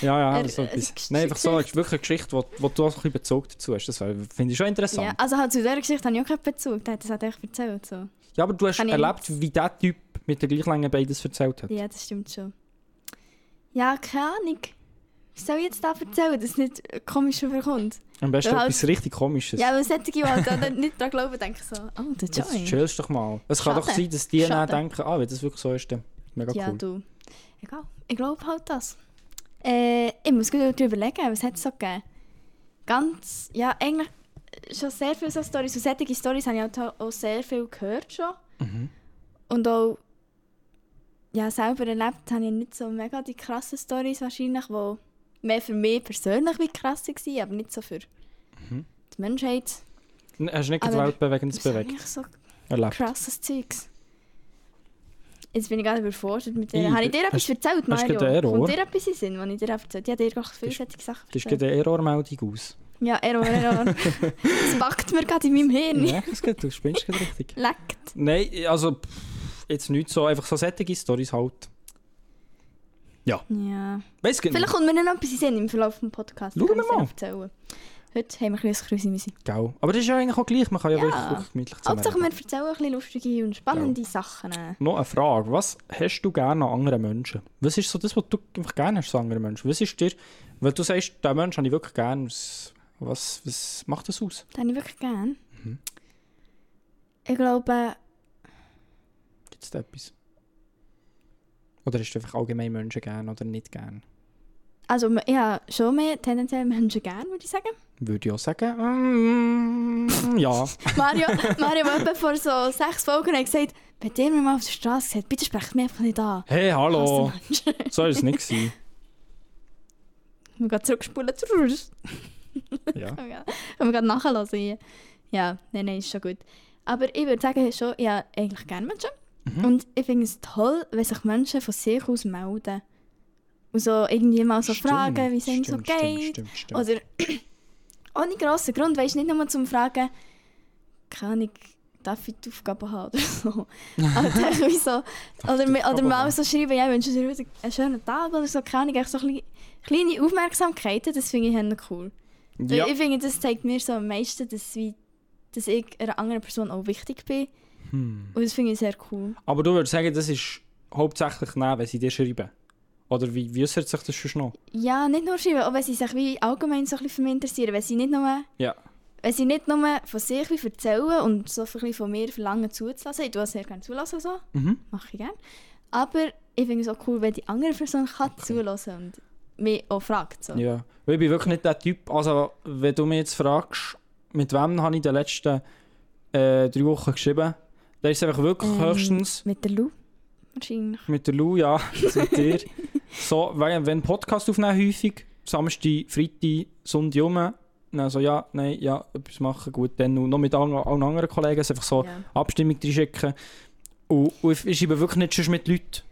S3: Ja, ja,
S2: Er- also
S3: so etwas.
S2: Gesch-
S3: Nein, einfach so, es ist wirklich eine Geschichte, wo, wo du auch ein bisschen Bezug dazu hast. Das wär- finde ich schon interessant.
S2: ja,
S3: Ja,
S2: also halt zu dieser Geschichte habe ich auch keinen Bezug, der hat das halt echt erzählt. So.
S3: aber du hast
S2: Kann ich
S3: erlebt, wie der Typ mit der gleich langen Beinen das erzählt hat.
S2: Ja, das stimmt schon. Ja, keine Ahnung. Was soll ich jetzt da erzählen, dass es nicht eh, komisch überkommt?
S3: Am besten
S2: Weil halt-
S3: etwas richtig Komisches.
S2: Ja, weil solche, die halt da nicht dran glauben, denken so, oh, der
S3: Jetzt
S2: Joy.
S3: chillst doch mal. Es kann
S2: Schade.
S3: doch sein, dass die dann
S2: Schade.
S3: denken, ah, wenn das wirklich so ist, dann mega
S2: Ja,
S3: cool.
S2: du. Egal, ich glaube halt das. Äh, ich muss gut überlegen, was hat es so gegeben? Ganz, ja, eigentlich schon sehr viele so Storys. Und solche Storys habe ich halt auch sehr viel gehört schon.
S3: Mhm.
S2: Und auch, ja, selber erlebt habe ich nicht so mega die krassen Storys wahrscheinlich, die mehr für mich persönlich wie krass waren, aber nicht so für die Menschheit.
S3: N- Hast du Mhm. nicht
S2: Aber-
S3: gewählt, wegen des
S2: Was habe
S3: Bewegt?
S2: ich so
S3: Erlebt.
S2: krasses Zeugs? Jetzt bin ich gerade überfordert mit
S3: Ich
S2: dir. Habe ich dir
S3: bin-
S2: etwas
S3: hast-
S2: erzählt,
S3: hast
S2: Mario?
S3: gerade einen Error?
S2: Kommt dir etwas in den Sinn, was ich dir erzählt habe? Ja, dir gerade vielseitige Sachen
S3: Das ist
S2: erzählt.
S3: gerade eine Errormeldung aus.
S2: Ja, Error, Error. das packt mir gerade in meinem Hirn.
S3: Merkst du es gerade? Du spinnst gerade richtig.
S2: Leckt.
S3: Nein, also pff, jetzt nicht so, einfach so sättige Storys halt.
S2: Ja.
S3: Weiss du Ähm.
S2: Vielleicht kommt mir noch etwas in den Sinn im Verlauf des Podcasts.
S3: Schauen
S2: Kann
S3: wir
S2: ich dir
S3: mal.
S2: erzählen. Heute haben wir ein bisschen Kruse Musik.
S3: Gell. Aber das ist ja eigentlich auch gleich, man kann ja,
S2: Ja.
S3: wirklich, wirklich gemütlich
S2: Hauptsache, wir
S3: zusammen.
S2: erzählen ein bisschen lustige und spannende Sachen.
S3: Noch eine Frage. Was hast du gerne an anderen Menschen? Was ist so das, was du einfach gerne hast an anderen Menschen? Was ist dir, weil du sagst, diesen Menschen habe ich wirklich gerne, was, was, was macht das aus?
S2: Das habe ich wirklich gern.
S3: Mhm.
S2: Ich glaube,
S3: Gibt es da etwas? Oder ist du einfach allgemein Menschen gerne oder nicht gerne?
S2: also ich habe schon mehr tendenziell Menschen gern, würde ich sagen.
S3: Würde ich auch sagen, mm, ja.
S2: Mario, Mario hat etwa vor so sechs Folgen hat gesagt, wenn ihr mir mal auf der Straße seht, bitte sprecht mich einfach nicht an.
S3: Hey, hallo.
S2: Hasst den Menschen.
S3: So soll es nicht sein.
S2: Wir gehen zurückspulen. Trrrr.
S3: Ja.
S2: Können wir- können wir gerade nachhören hier. Ja, nein, nein, ist schon gut. Aber ich würde sagen, schon, ich habe eigentlich gerne Menschen. Und ich finde es toll, wenn sich Menschen von sich aus melden. Und so irgendwie mal so fragen, wie es ihnen so
S3: Stimmt,
S2: geht.
S3: stimmt, stimmt, stimmt.
S2: Oder ohne grossen Grund, weißt du, nicht nur zum Fragen, keine Ahnung, darf ich die Aufgabe haben oder so. Aber dann irgendwie so, oder, mi- oder
S3: Aufgabe
S2: mal
S3: haben?
S2: so schreiben, ja, ich wünsche dir heute einen schönen Tag oder so, keine Ahnung, echt so kleine, kleine Aufmerksamkeiten, das finde ich hände cool. Weil
S3: ja.
S2: äh, Ich finde, das zeigt mir so am meisten, dass, wie, dass ich einer anderen Person auch wichtig bin.
S3: Hm.
S2: Und das finde ich sehr cool.
S3: Aber du würdest sagen, das ist hauptsächlich nehmen, wenn sie dir schreiben. Oder wie, wie äußert sich das schon noch?
S2: Ja, nicht nur schreiben, auch wenn sie sich wie allgemein so ein bisschen für mich interessieren, wenn sie nicht nur
S3: Ja.
S2: wenn sie nicht nur von sich wie erzählen und so ein bisschen von mir verlangen zuzulassen, ich tue auch sehr gerne zulassen, so.
S3: Mhm.
S2: mache ich gerne. Aber ich finde es auch cool, wenn die andere Person kann zulassen und mich auch fragt. So.
S3: Ja. Weil ich bin wirklich nicht der Typ, also wenn du mich jetzt fragst, mit wem habe ich in den letzten äh, drei Wochen geschrieben, dann ist es einfach wirklich
S2: Ähm.
S3: höchstens
S2: Mit der Lou wahrscheinlich.
S3: mit der Lou, ja, mit dir. So, wenn, wenn Podcast aufnehmen häufig, Samstag, Freitag, Sonntag rum, dann so ja, nein, ja, etwas machen, gut, dann und noch mit allen, allen anderen Kollegen, es einfach so
S2: Ja.
S3: Abstimmung reinschicken. Und, und ich- ich schreibe wirklich nicht sonst mit Leuten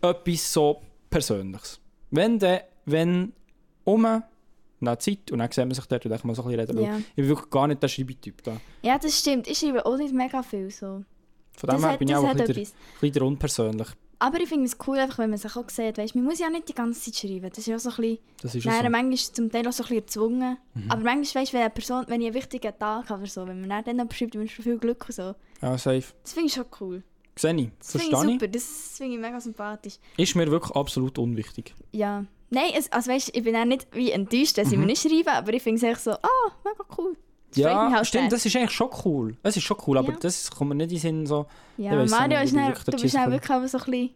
S3: etwas so Persönliches. Wenn dann, wenn um, dann Zeit und dann sehen wir sich dort und dann kann man so ein bisschen reden. weil
S2: Ja.
S3: Ich bin wirklich gar nicht der Schreibetyp da.
S2: ja, das stimmt. Ich schreibe auch nicht mega viel. So.
S3: Von dem
S2: Das
S3: her
S2: hat,
S3: bin ich
S2: das
S3: auch ein
S2: hat
S3: bisschen, der-
S2: etwas.
S3: bisschen der unpersönlich.
S2: Aber ich finde es cool, einfach, wenn man sich auch sieht. Weißt, man muss ja nicht die ganze Zeit schreiben. Das ist ja auch so ein bisschen,
S3: Das ist
S2: nein,
S3: ja so. Mhm.
S2: manchmal ist es zum Teil auch so ein bisschen erzwungen. Aber manchmal weißt, wenn eine Person, wenn ich einen wichtigen Tag habe oder so, wenn man dann dann noch schreibt, wünscht mir viel Glück und so.
S3: Ja, safe.
S2: Das finde ich schon cool.
S3: Sehe ich.
S2: Das finde ich
S3: Verstehe ich.
S2: super. Das finde ich mega sympathisch.
S3: Ist mir wirklich absolut unwichtig.
S2: Ja. Nein, es, also weißt, ich bin auch nicht wie enttäuscht, dass ich
S3: Mhm.
S2: mir nicht schreibe, aber ich finde es echt so, ah, mega cool. Das freut mich halt
S3: stimmt,
S2: sehr.
S3: das ist eigentlich schon cool. Es ist schon cool, aber
S2: Ja.
S3: das kommt mir nicht in den Sinn so...
S2: ja,
S3: ich weiss
S2: Mario,
S3: nicht,
S2: ist
S3: wie
S2: dann,
S3: wirklich der
S2: du bist
S3: Cheese
S2: dann wirklich aber so ein bisschen,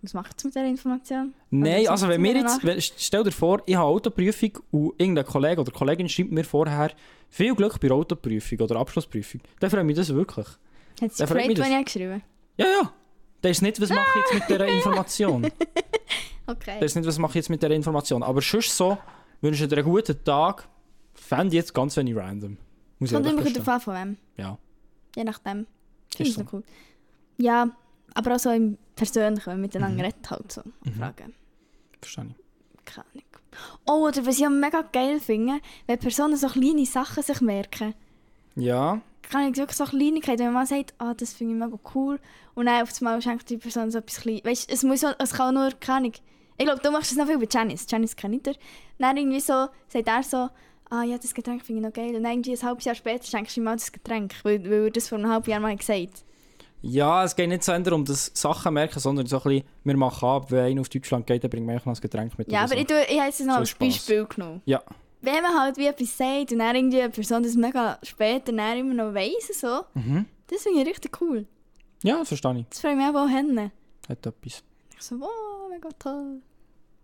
S2: was macht mit dieser Information?
S3: Nein,
S2: Oder
S3: also wenn
S2: mit
S3: wir
S2: dieser
S3: jetzt, wenn- stell dir vor, ich habe Autoprüfung und irgendein Kollege oder Kollegin schreibt mir vorher viel Glück bei der Autoprüfung oder Abschlussprüfung, dann freut mich das wirklich.
S2: Nachricht? Hat sie
S3: Dann freut
S2: gefreut,
S3: mich
S2: wenn ich geschrieben
S3: Ja, ja. Das ist nicht, was mache ich jetzt mit dieser Information.
S2: habe? Okay.
S3: Das ist nicht, was mache ich jetzt mit dieser Information. Aber sonst so, wünsche dir einen guten Tag, fände ich jetzt ganz wenig random. Muss ich
S2: Kommt immer
S3: ehrlich
S2: gut
S3: gestehen.
S2: drauf an von wem.
S3: Ja.
S2: Je nachdem. Finde
S3: Ist
S2: ich
S3: so.
S2: noch cool. Ja, aber auch so im Persönlichen, wenn man
S3: Mhm.
S2: miteinander redet halt so. Fragen.
S3: Verstehe ich.
S2: Keine Ahnung. Oh, oder was ich auch mega geil finde, wenn Personen so kleine Sachen sich merken.
S3: Ja,
S2: kann ich wirklich so Kleinigkeiten, wenn man sagt, ah, das finde ich mega cool und dann auf einmal schenkt die Person so etwas klein. Weißt, es muss auch, es kann auch nur, keine Ahnung. Ich glaube, du machst es noch viel bei Janice. Janice kennt nicht. Dann irgendwie so, sagt er so, ah ja, das Getränk finde ich noch geil. Und dann irgendwie ein halbes Jahr später schenkst du ihm mal das Getränk, weil, weil er das vor einem halben Jahr mal gesagt hat.
S3: Ja, es geht nicht so sehr darum, dass Sachen merken, sondern so ein bisschen, wir machen ab, wenn einer auf Deutschland geht, dann bringt man eigentlich noch ein Getränk mit.
S2: Ja,
S3: oder
S2: aber
S3: so.
S2: ich, tue, ich habe es jetzt noch
S3: So
S2: als
S3: Spass.
S2: Beispiel genommen.
S3: Ja,
S2: Wenn man halt wie etwas sagt und dann irgendwie eine Person das mega später dann immer noch weiss, und so,
S3: Mhm.
S2: das finde ich richtig cool.
S3: ja, das verstehe ich.
S2: Das freut mich aber auch hin.
S3: Hat etwas.
S2: Ich so, wow, mega toll.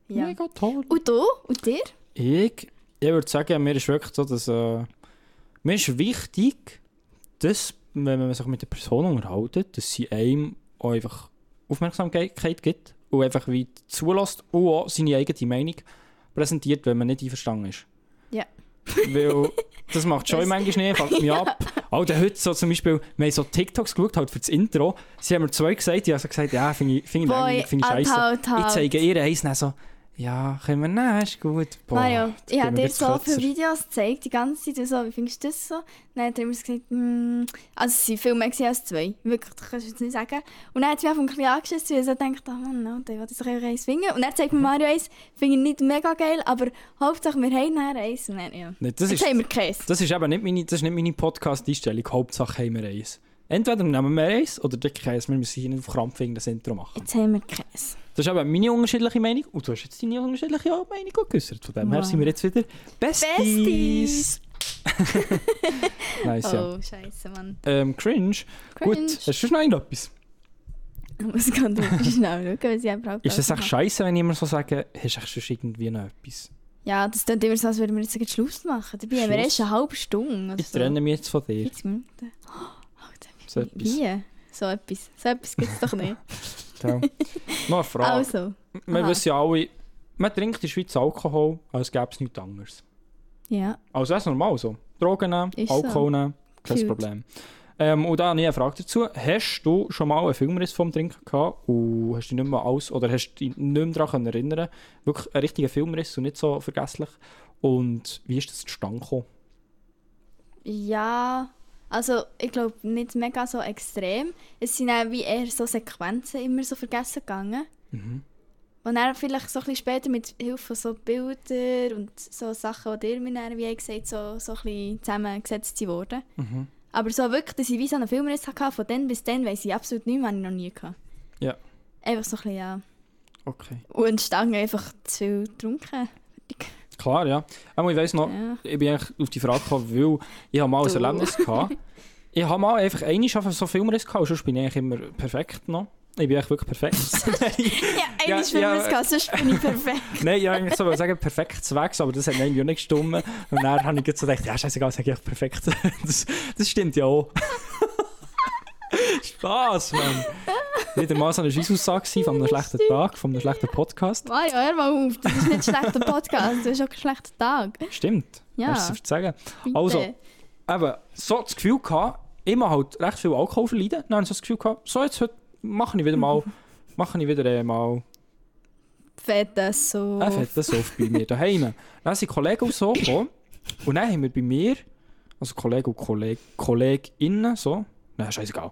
S2: Ja.
S3: Mega toll.
S2: Und du? Und dir?
S3: Ich, ich würde sagen, mir ist wirklich so, dass äh, mir ist wichtig, dass, wenn man sich mit der Person unterhält, dass sie einem auch einfach Aufmerksamkeit gibt und einfach wie zulässt und auch seine eigene Meinung präsentiert, wenn man nicht einverstanden ist.
S2: Ja.
S3: Weil das macht schon
S2: Das-
S3: manchmal nicht, fuckt mich ab. Auch der heute so zum Beispiel, wir haben so TikToks geschaut, halt für das Intro, sie haben mir zwei gesagt, die haben so gesagt, ja, finde ich, finde ich
S2: Boy,
S3: langweilig, finde ich
S2: halt,
S3: scheisse.
S2: halt, halt.
S3: Ich zeige ihr eins, dann so, Ja, können wir nehmen, ist gut. Boah,
S2: Mario,
S3: jetzt
S2: ich
S3: bin
S2: habe
S3: mir
S2: dir
S3: gerade
S2: so viele
S3: Kotzer.
S2: Videos gezeigt, die ganze Zeit, und so, wie findest du das so? Dann hat er immer so gesagt, mm, also es waren viel mehr gewesen als zwei, wirklich, das kannst du jetzt nicht sagen. Und dann hat es mich einfach ein bisschen angeschissen, weil ich so gedacht habe, oh Mann, Alter, ich will jetzt doch eins finden. Und dann zeigt mir Mario eins, finde ich nicht mega geil, aber Hauptsache wir haben nachher eins. Und dann, ja.
S3: Nein, das,
S2: Jetzt
S3: ist,
S2: haben wir Käse.
S3: das ist eben nicht meine, das ist nicht meine Podcast-Einstellung. Hauptsache haben wir eins. Entweder nehmen wir eins oder der Käse. Wir müssen hier nicht auf Krampf das Intro machen.
S2: Jetzt haben wir Käse.
S3: Das ist eben meine unterschiedliche Meinung. Und du hast jetzt deine unterschiedliche Meinung auch geäußert. Von dem her
S2: Wow.
S3: sind wir jetzt wieder
S2: Besties.
S3: Besties. nice, ja.
S2: Oh, scheiße, Mann.
S3: Ähm, cringe. Gut,
S2: Cringe.
S3: hast du sonst noch irgendetwas?
S2: Ich muss ganz schnell schauen, was ich überhaupt
S3: Ist das echt
S2: habe.
S3: scheiße, wenn ich immer so sage, hast du echt sonst irgendwie noch etwas?
S2: Ja, das klingt immer so, als würden wir jetzt gleich Schluss machen. Dabei haben wir
S3: Schluss?
S2: erst eine halbe Stunde. oder
S3: Ich
S2: so.
S3: trenne mich jetzt von dir.
S2: 40 Minuten. Oh, Alter,
S3: So
S2: wie-
S3: etwas.
S2: Wie? So etwas. So etwas gibt es doch nicht.
S3: Tja. noch eine Frage.
S2: also,
S3: wir
S2: aha.
S3: wissen ja alle, man trinkt in der Schweiz Alkohol, als gäbe es nichts anderes.
S2: ja.
S3: Also das ist normal so. Drogen nehmen,
S2: Ist so.
S3: Alkohol nehmen, kein
S2: Cute.
S3: Problem. Ähm, und da habe ich eine Frage dazu. Hast du schon mal einen Filmriss vom Trinken gehabt und hast dich nicht mehr alles, oder hast dich nicht mehr daran können erinnern Wirklich einen richtigen Filmriss und nicht so vergesslich. Und wie ist das zustande gekommen?
S2: Ja. Also, ich glaube nicht mega so extrem. Es sind auch wie eher so Sequenzen immer so vergessen gegangen.
S3: Mhm.
S2: Und dann vielleicht so ein bisschen später mit Hilfe von so Bildern und so Sachen, die ihr mir dann, wie gesagt so, so ein bisschen zusammengesetzt wurden.
S3: Mhm.
S2: Aber so wirklich, dass ich wie so einen Filmriss hatte, von dann bis dann weiss ich absolut nichts, was ich noch nie hatte.
S3: Ja.
S2: Einfach so ein bisschen, ja.
S3: Okay.
S2: Und Stange einfach zu viel getrunken.
S3: Klar, ja. Aber ich weiss noch,
S2: Ja.
S3: ich bin eigentlich auf die Frage gekommen, weil ich habe mal ein
S2: Du.
S3: Erlebnis gehabt. Ich habe mal einfach einmal einfach so Filmriss gehabt, und sonst bin ich eigentlich immer perfekt noch. Ich bin eigentlich wirklich perfekt.
S2: Ja,
S3: Ja,
S2: einmal spielen
S3: ja.
S2: wir es ganz, sonst bin ich perfekt.
S3: Nein, ja, eigentlich so wollte sagen, perfekt zwecks, aber das hat irgendwie auch nicht gestimmt. Und dann habe ich gerade so gedacht, ja, scheißegal, sage ich perfekt. Das, das stimmt ja auch. Spaß, Mann. Wieder mal so eine Scheissaussage gewesen von einem schlechten Tag, von einem schlechten Podcast.
S2: Mario, hör mal auf, das ist nicht ein schlechter Podcast, dus du hast auch einen schlechten Tag.
S3: Stimmt.
S2: Ja.
S3: Hast du es zu sagen?
S2: Bitte.
S3: Also, eben, so das Gefühl gehabt, immer halt recht viel Alkohol verleiden. Dann habe ich so das Gefühl gehabt, so jetzt heute mache ich wieder mal, mache ich wieder äh, mal
S2: Fette so.
S3: Er Ah, hat das oft bei mir daheim. Dann sind Kollegen und so gekommen. Und dann haben wir bei mir, also Kollegen und Kolleg, Kolleginnen, so, nein, scheißegal.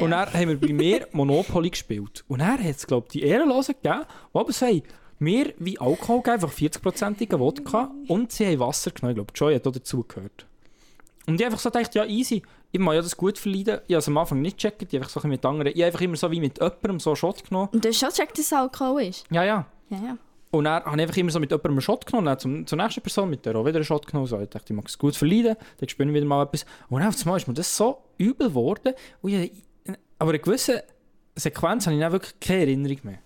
S3: Und dann haben wir bei mir Monopoly gespielt. Und er hat es, glaube ich, die Ehrenlosen gegeben, die aber sagen, mir wie Alkohol gegeben, einfach 40-prozentigen Wodka und sie haben Wasser genommen. Ich glaube, Joy hat auch dazugehört. Und ich einfach so gedacht, ja, easy, ich mag ja das gut verleiden. Ich habe es am Anfang nicht gecheckt, ich habe einfach so ein bisschen mit anderen, ich habe einfach immer so wie mit jemandem so einen Shot genommen.
S2: Und du hast schon gecheckt, dass es Alkohol ist.
S3: Ja, ja.
S2: Ja, ja.
S3: Und er habe ich einfach immer so mit jemandem einen Shot genommen, dann zum, zur nächsten Person mit der auch wieder einen Shot genommen. So, ich dachte, ich mag es gut verleiden, dann spüre ich wieder mal etwas. Und dann auf einmal ist mir das so übel geworden. Und ich, aber in gewissen Sequenz habe ich dann wirklich keine Erinnerung mehr.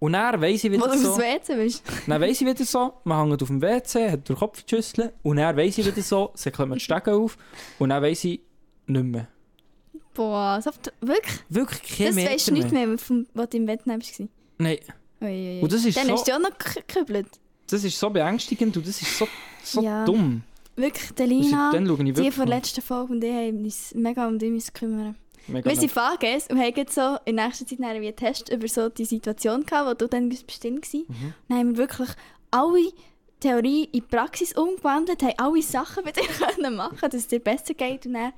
S3: Und dann weiss ich
S2: Wo du
S3: wieder
S2: aufs
S3: so,
S2: WC bist.
S3: dann weiss ich wieder so, man hängt auf dem WC, hat den Kopf geschüsselt und dann weiss ich wieder so, sie kommen die Stege auf und dann weiss ich nicht mehr.
S2: Boah, so, wirklich?
S3: Wirklich keine
S2: Das
S3: Meter
S2: weißt du nicht mehr, vom, was du im Wettnehmen warst. Ui,
S3: Nein,
S2: ui, ui.
S3: Und das ist
S2: Dann
S3: so-
S2: hast du ja auch noch gekübelt.
S3: das ist so beängstigend und das ist so, so
S2: Ja.
S3: dumm.
S2: Wirklich,
S3: Das ist,
S2: Delina,
S3: dann schaue ich
S2: die
S3: wirklich
S2: von der letzten Folge und ich haben uns mega um dich müssen kümmern.
S3: mega
S2: Wir sind Fahrgäste und haben jetzt so in nächster Zeit dann wie einen Test über so die Situation gehabt, wo du dann bestimmt warst.
S3: Mhm.
S2: Dann haben wir wirklich alle Theorie in die Praxis umgewandelt, haben alle Sachen mit dir können machen, dass es dir besser geht und dann,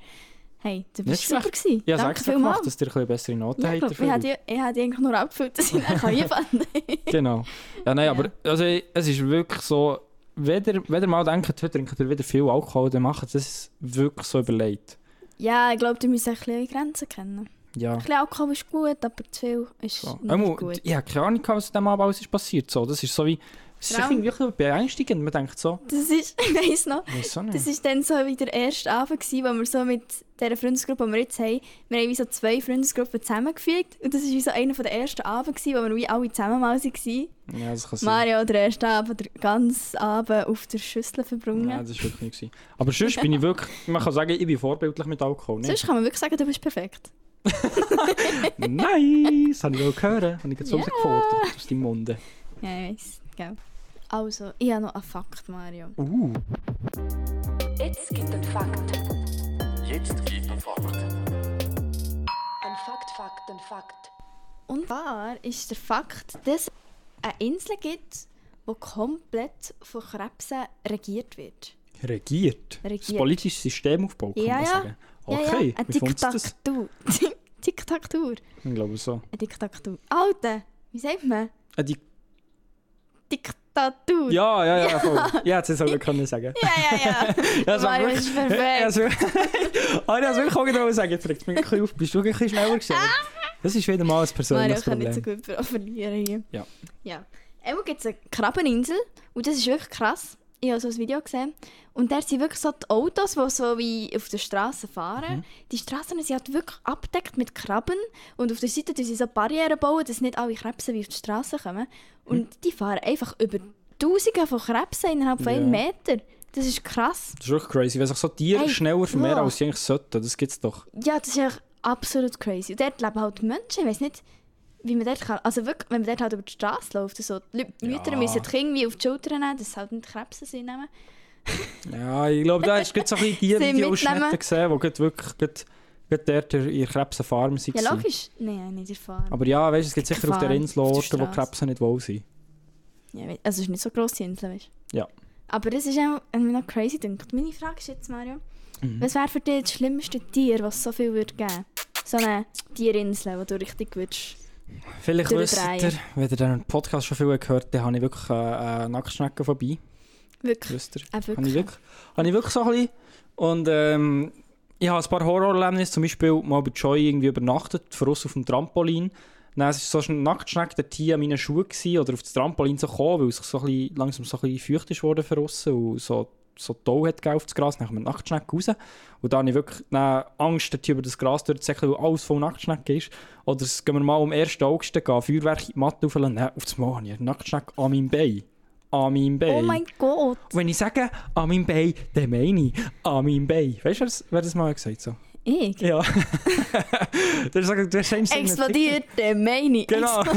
S2: hey, du bist
S3: Nicht
S2: super
S3: schlecht.
S2: gewesen.
S3: Ja,
S2: Danke
S3: sag's doch
S2: vielmals.
S3: gemacht, dass ihr ein bisschen bessere Noten
S2: Ja, ich
S3: habt.
S2: glaube, ich
S3: dafür.
S2: habe die, ich habe die eigentlich nur abgefüllt, dass ich dann reinfand.
S3: Genau. Ja, nein, aber also, es ist wirklich so, wenn ihr, wenn ihr mal denkt, heute trinkt ihr wieder viel Alkohol, dann macht das wirklich so überlegt.
S2: ja, ich glaube, du musst ein bisschen eure Grenzen kennen.
S3: Ja.
S2: Ein bisschen Alkohol ist gut, aber zu viel ist
S3: So.
S2: nicht
S3: Einmal,
S2: gut.
S3: ich habe keine Ahnung, gehabt, was an diesem Abend alles ist passiert. So, das ist so wie, es ist
S2: Traum.
S3: irgendwie wirklich beängstigend. Man denkt so,
S2: Das ist, ich weiss noch,
S3: wieso
S2: Das
S3: nicht?
S2: war dann so wie der erste Abend, gewesen, wo wir so mit dieser Freundesgruppe, die wir jetzt haben, wir haben wie so zwei Freundesgruppen zusammengefügt. Und das war wie so einer der ersten Abende, gewesen, wo wir wie alle zusammen mal waren.
S3: Ja, das kann sein.
S2: Mario, der erste Abend, der ganze Abend auf der Schüssel verbrungen.
S3: Nein, das ist wirklich nicht. gewesen. Aber sonst bin ich wirklich, man kann sagen, ich bin vorbildlich mit Alkohol. Nicht?
S2: Sonst kann man wirklich sagen, du bist perfekt.
S3: Nein, das habe ich auch gehört. Habe ich jetzt
S2: Ja.
S3: yeah. gefordert aus deinem Munde.
S2: Ja, ich weiss. Gell. Also, ich habe noch einen Fakt, Mario.
S3: Uh.
S1: Jetzt gibt ein Fakt.
S5: Jetzt gibt ein Fakt.
S1: Ein Fakt, Fakt, ein Fakt.
S2: Und zwar ist der Fakt, dass es eine Insel gibt, wo komplett von Krebsen regiert wird.
S3: Regiert. Das
S2: Regiert.
S3: politische System aufbauen, kann
S2: Ja,
S3: man
S2: ja.
S3: sagen. Okay,
S2: ja, ja, eine
S3: wie findest du das?
S2: Diktatur. Diktatur.
S3: Ich glaube so.
S2: Eine Diktatur. Alter, wie sagt man?
S3: Äh, die,
S2: Diktatur.
S3: ja, ja, ja, voll. Ja, das hätte ich können sagen.
S2: ja, ja. ja.
S3: Das war
S2: Mario
S3: wirklich...
S2: ist
S3: Ja,
S2: perfekt.
S3: das war- Ah, das wollte ich auch genau sagen. Jetzt regt es mich ein bisschen auf. Bist du ein bisschen schneller gewesen? Das ist wieder
S2: Ah!
S3: mal ein
S2: Mario
S3: persönliches
S2: kann nicht so
S3: Problem.
S2: gut ver- verlieren hier.
S3: Ja.
S2: Ja. Einmal gibt es eine Krabbeninsel und das ist wirklich krass. Ich habe so ein Video gesehen. Und da sind wirklich so die Autos, die so wie auf der Straße
S3: Mhm.
S2: fahren. Die Straßen sind halt wirklich abgedeckt mit Krabben. Und auf der Seite bauen sie so Barrieren, bauen, dass nicht alle Krebse wie auf die Straße kommen. Und
S3: Mhm.
S2: die fahren einfach über Tausende von Krebsen innerhalb von
S3: Ja.
S2: einem Meter. Das ist krass.
S3: Das ist wirklich crazy, wenn sich so Tiere
S2: Ey,
S3: schneller vermehren,
S2: ja.
S3: als sie eigentlich sollten. Das gibt es doch.
S2: Ja, das ist echt absolut crazy. Und dort leben halt Menschen, ich weiß nicht, wie man dort kann. Also wirklich, wenn man dort halt über die Straße läuft, so, die Leu-
S3: Ja.
S2: Mütter müssen die Kinder wie auf die Schulter nehmen, dass sie halt nicht Krebse sind. Nehmen.
S3: Ja, ich glaube, da hast du gerade so ein bisschen die
S2: Sie
S3: Videoausschnitte
S2: mitnehmen.
S3: gesehen, die gerade wirklich gerade, gerade dort in ihrer Krebsenfarm waren.
S2: Ja, logisch. Nein, nicht erfahren.
S3: Aber ja, weißt du, es gibt sicher auf der
S2: Gefahren,
S3: Insel
S2: auf der
S3: Orte, wo
S2: Straße.
S3: Krebsen nicht wohl sind.
S2: Ja, we- also es ist nicht so gross, die Insel, weißt du.
S3: Ja.
S2: Aber das ist auch irgendwie noch crazy, denkt. Meine Frage ist jetzt, Mario,
S3: Mhm.
S2: was wäre für dich das schlimmste Tier, was es so viel würde geben? So eine Tierinsel, wo du richtig würdest.
S3: Vielleicht
S2: Durch die
S3: wisst
S2: Dreie.
S3: ihr, wenn ihr den Podcast schon viel gehört habt, dann habe ich wirklich äh, äh, Nacktschnecken vorbei.
S2: Wirklich.
S3: Wisst ihr?
S2: Äh, wirklich.
S3: Habe ich wirklich, habe ich wirklich so ein bisschen. Und ähm, ich habe ein paar Horrorerlebnisse, zum Beispiel mal bei Joy irgendwie übernachtet, voraus auf dem Trampolin. Dann ist so ein Nacktschneck der Tier an meinen Schuhen gewesen, oder auf das Trampolin so gekommen, weil es sich so ein bisschen, langsam so ein bisschen feucht ist worden draussen und so so toll hat gegeben auf das Gras, dann kommt eine Nacktschnecke raus. Und da habe ich wirklich dann Angst, dass die über das Gras durchzusäckeln, weil alles voll Nacktschnecke ist. Oder es gehen wir mal am 1. August gehen, Feuerwerk in die Matte rauflassen. Nein, auf das Mal habe ich eine Nacktschnecke an meinem Bein. An meinem Bein.
S2: Oh mein Gott.
S3: Wenn ich sage, an meinem Bein, dann meine ich an meinem Bein. Weißt du, wer das- wer das mal gesagt hat? So?
S2: Ich.
S3: Ja. der sagt, du scheinst
S2: Explodiert der Meine.
S3: Genau. Ja.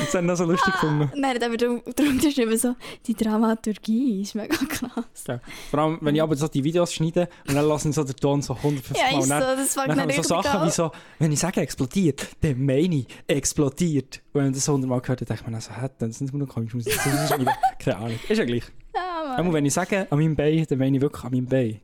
S3: das haben wir so lustig gefunden.
S2: Nein, aber darum, darum ist immer so, die Dramaturgie ist mega krass.
S3: Ja. Vor allem, wenn ich aber so die Videos schneide und dann lassen so den Ton so 150
S2: Ja,
S3: Mal.
S2: ist so,
S3: Und dann-
S2: das fängt
S3: dann haben
S2: nicht
S3: wir so Sachen wie so, wenn ich sage explodiert, dann meine ich explodiert. Und wenn man das 100 Mal gehört hat, denkt man also, hä, dann sind es nur noch komisch, ich muss das rausschneiden. Keine Ahnung. Ist ja gleich. Aber wenn ich sage, an meinem Bein, dann meine ich wirklich an meinem Bein.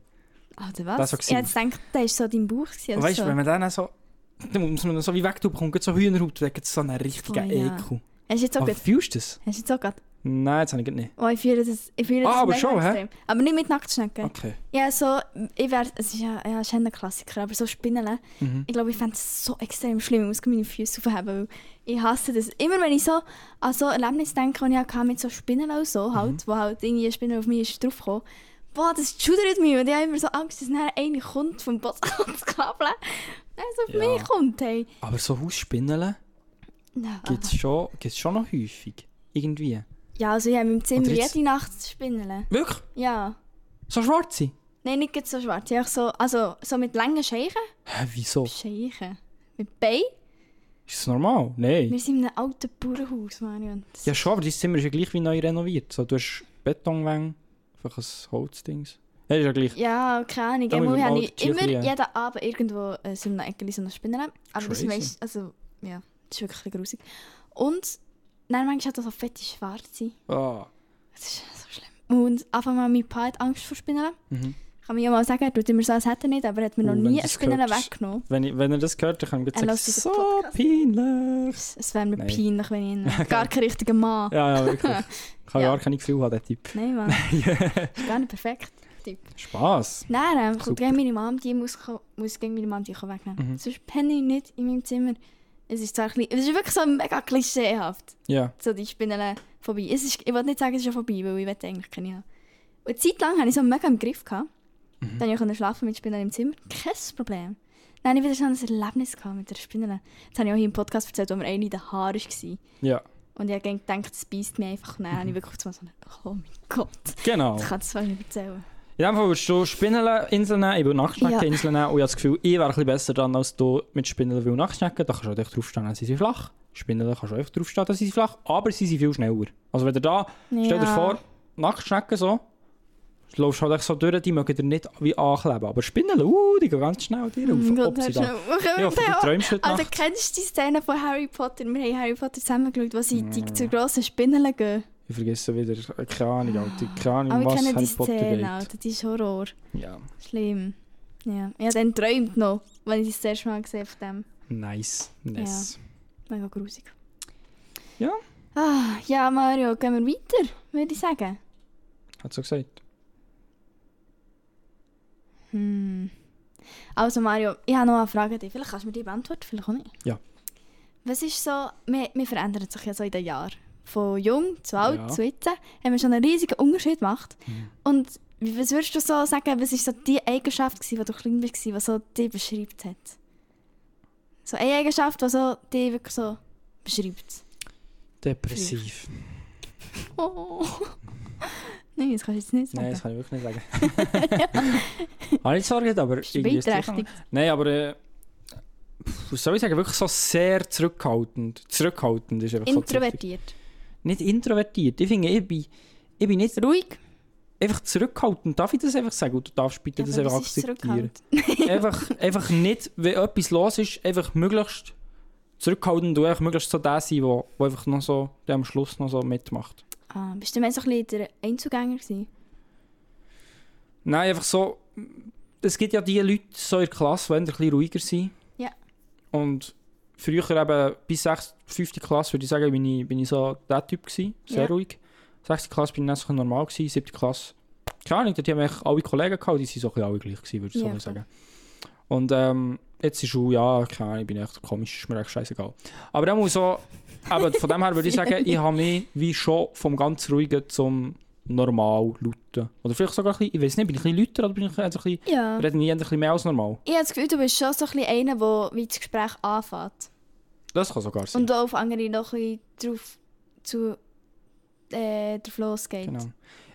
S2: Alter, Oh, was?
S3: Das war
S2: ich hätte gedacht, der war so in deinem Bauch. gewesen
S3: Und
S2: oder
S3: weißt du,
S2: so.
S3: wenn man dann auch so. Dann muss man so wie weg bekommt, geht so Hühnerhaut, dann gibt es so einen richtigen
S2: Oh ja.
S3: Ekel.
S2: Hast du jetzt auch
S3: Aber
S2: gut?
S3: fühlst du das?
S2: Hast du jetzt auch gut?
S3: Nein, jetzt habe ich grad nicht.
S2: Oh, ich fühle das, ich fühle das
S3: Ah, aber
S2: mega
S3: schon, hä?
S2: extrem. Aber nicht mit Nacktschnecken.
S3: Okay.
S2: Ja, so, ich wäre, es ist ja, ja, es ist ja ein Klassiker, aber so Spinnen,
S3: Mhm.
S2: ich glaube, ich fände es so extrem schlimm, ich muss meine Füße aufheben, weil ich hasse das. Immer wenn ich so an so Erlebnisse denke, die ich hatte mit so Spinnen und so,
S3: Mhm.
S2: halt, wo halt irgendwie eine Spinne auf mich ist draufgekommen, boah, das schudert mich, und ich habe immer so Angst, dass nachher eine kommt vom Bootskabel, nein, so auf
S3: Ja.
S2: mich kommt, hey.
S3: Aber so Hausspinnen
S2: Ja,
S3: gibt es schon, gibt's schon noch häufig. Irgendwie.
S2: ja also ich habe im Zimmer
S3: Oder jetzt-
S2: jede Nacht Spinnen,
S3: Wirklich?
S2: ja.
S3: So schwarze?
S2: Nein, nicht gerade so schwarz, ich habe so, also so mit langen Scheichen,
S3: Hä, wieso? Ist
S2: Scheichen, mit Beinen,
S3: das normal? Nein.
S2: Wir sind in einem alten Bauernhaus, Marion. Das
S3: Ja, schon, aber dein Zimmer ist ja gleich wie neu renoviert. So, du hast Betonwänge, vielleicht ein Holzdings. Ja, ist ja gleich.
S2: ja, keine Ahnung.
S3: Da
S2: Einmal
S3: müssen wir
S2: habe
S3: mal
S2: ich
S3: die
S2: immer
S3: Tierchen-
S2: jeden Abend irgendwo äh, so eine Ecke so eine Spinne. Aber das
S3: Crazy.
S2: weißt also ja, das ist wirklich ein bisschen grusig. Und dann manchmal hat er so fette Schwarze.
S3: Ah.
S2: Das ist so schlimm. Und einfach mal mein Pa hat Angst vor Spinnen.
S3: Mhm.
S2: Kann man ja mal sagen, er tut immer so, als hätte er nicht, aber er hat mir
S3: Oh,
S2: noch
S3: wenn
S2: nie eine
S3: das
S2: Spinne
S3: gehört ist.
S2: weggenommen.
S3: Wenn, ich, wenn ihr das gehört, dann kann ich
S2: Er
S3: sagen,
S2: lässt unseren
S3: so
S2: Podcast.
S3: peinlich.
S2: Es wäre mir
S3: Nein.
S2: peinlich, wenn ich ihn... Gar kein richtiger Mann.
S3: Ja, ja, wirklich. Kann
S2: Ja.
S3: gar keine Gefühle haben, der Typ.
S2: Nein, Mann. ist gar nicht perfekt.
S3: Spass.
S2: Nein, ähm, kommt
S3: Super.
S2: gegen meine Mom, die muss, ko- muss gegen meine Mom die Dus kann wegnehmen.
S3: Mhm.
S2: Sonst penne ich nicht in meinem Zimmer. Es ist, zwar ein bisschen, es ist wirklich so mega klischeehaft,
S3: Ja.
S2: so die Spinnen vorbei. Es ist, ich will nicht sagen, es ist schon vorbei, weil ich will eigentlich keine haben. Und eine Zeit lang hatte ich so mega im Griff. Gehabt.
S3: Mhm.
S2: Dann konnte ich schlafen mit Spinnen im Zimmer. Kein Problem. Dann hatte ich wieder so ein Erlebnis gehabt mit der Spinne. Das habe ich auch hier im Podcast erzählt, wo mir eine in den Haaren war.
S3: Ja.
S2: Und ich habe gedacht, das beißt mich einfach. Dann
S3: Mhm.
S2: habe ich wirklich so gedacht, oh mein Gott,
S3: Genau.
S2: das kann ich zwar nicht erzählen.
S3: In dem Fall würdest du Spinnelinseln nehmen, ich will Nacktschneckeninseln nehmen und ich habe das Gefühl, ich wäre ein bisschen besser dran als du mit Spinnen weil Nacktschnecken. Da kannst du auch echt draufstehen, dann sind sie flach. Spinnen kannst du auch echt draufstehen, dann sind sie flach, aber sie sind viel schneller. Also wenn du da, stell dir
S2: Ja.
S3: vor, Nacktschnecken so, du läufst halt echt so durch, die mögen dir nicht wie ankleben. Aber Spinnen, uh, die gehen ganz schnell dir
S2: Oh mein
S3: auf, ob
S2: Gott,
S3: sie
S2: hast
S3: da...
S2: du-
S3: Ja, vielleicht träumst du heute
S2: Also
S3: Nacht.
S2: kennst du die Szene von Harry Potter? Wir haben Harry Potter zusammengeschaut, wo sie die, zur grossen Spinne gehen.
S3: Ich vergesse wieder, keine Ahnung, Alter, keine Ahnung,
S2: Aber ich
S3: was
S2: kenne die
S3: Harry Potter
S2: Szene,
S3: geht.
S2: Alter. Die ist Horror.
S3: Ja,
S2: Schlimm. Ja. Ich habe dann geträumt noch, weil ich das erste Mal gesehen habe von dem.
S3: nice, nice.
S2: Mega grusig.
S3: Ja.
S2: Ah, ja, Mario, gehen wir weiter, würde ich sagen.
S3: Hat so gesagt.
S2: Hm. Also Mario, ich habe noch eine Frage an dich. Vielleicht kannst du mir die beantworten, vielleicht auch nicht.
S3: Ja.
S2: Was ist so, wir, wir verändern sich ja so in den Jahren. Von jung zu alt
S3: Ja. Mhm.
S2: zu jetzt äh, haben wir schon einen riesigen Unterschied gemacht. Und wie- was würdest du so sagen, was ist so die Eigenschaft, gewesen, die du klein warst, die so dich beschreibt hat? So eine Eigenschaft, die so dich wirklich so beschreibt.
S3: Depressiv.
S2: Oh. Nein, das kannst du jetzt nicht sagen.
S3: Nein, das kann ich wirklich nicht sagen. Habe ich Sorge, aber
S2: Bist du
S3: irgendwie ist es
S2: beeinträchtigt?
S3: Nein, aber äh, pff, was soll ich sagen, wirklich so sehr zurückhaltend. Zurückhaltend ist einfach so
S2: Introvertiert.
S3: das Richtige. Nicht introvertiert. Ich finde, ich bin, ich bin nicht
S2: Ruhig.
S3: einfach zurückhaltend. Darf ich das einfach sagen? Und du darfst bitte das
S2: aber
S3: einfach
S2: was ist
S3: akzeptieren.
S2: zurückhaltend?
S3: einfach, einfach nicht, wenn etwas los ist, einfach möglichst zurückhaltend und einfach möglichst so der sein, der, der einfach noch so, der am Schluss noch so mitmacht.
S2: Ah, bist du mehr so ein bisschen der Einzugänger gewesen?
S3: Nein, einfach so. Es gibt ja die Leute so in der Klasse, die eher ein bisschen ruhiger sind.
S2: Ja.
S3: Und früher eben bis 6., 5. Klasse würde ich sagen, bin ich, bin ich so der Typ gewesen, sehr
S2: Ja.
S3: ruhig. 6. Klasse bin ich dann so ein bisschen normal gewesen, 7. Klasse. Keine Ahnung, dort haben wir alle Kollegen gehabt, die sind so ein bisschen alle gleich gewesen, würde
S2: Ja,
S3: ich so
S2: voll.
S3: sagen. Und ähm, jetzt ist schon, ja, keine Ahnung, ich bin echt komisch, ist mir echt scheißegal. Aber dann muss so, aber von dem her würde ich sagen, ich habe mich wie schon vom ganz ruhigen zum normal lauten. Oder vielleicht sogar ein bisschen, ich weiß nicht, bin ich ein bisschen lauter oder bin ich ein bisschen,
S2: Ja.
S3: rede ich ein bisschen mehr als normal?
S2: Ich habe das Gefühl, du bist schon so ein bisschen einer, der wie das Gespräch anfängt.
S3: Das kann sogar sein.
S2: Und auch auf andere noch ein bisschen drauf, zu, äh, drauf losgeht.
S3: Genau.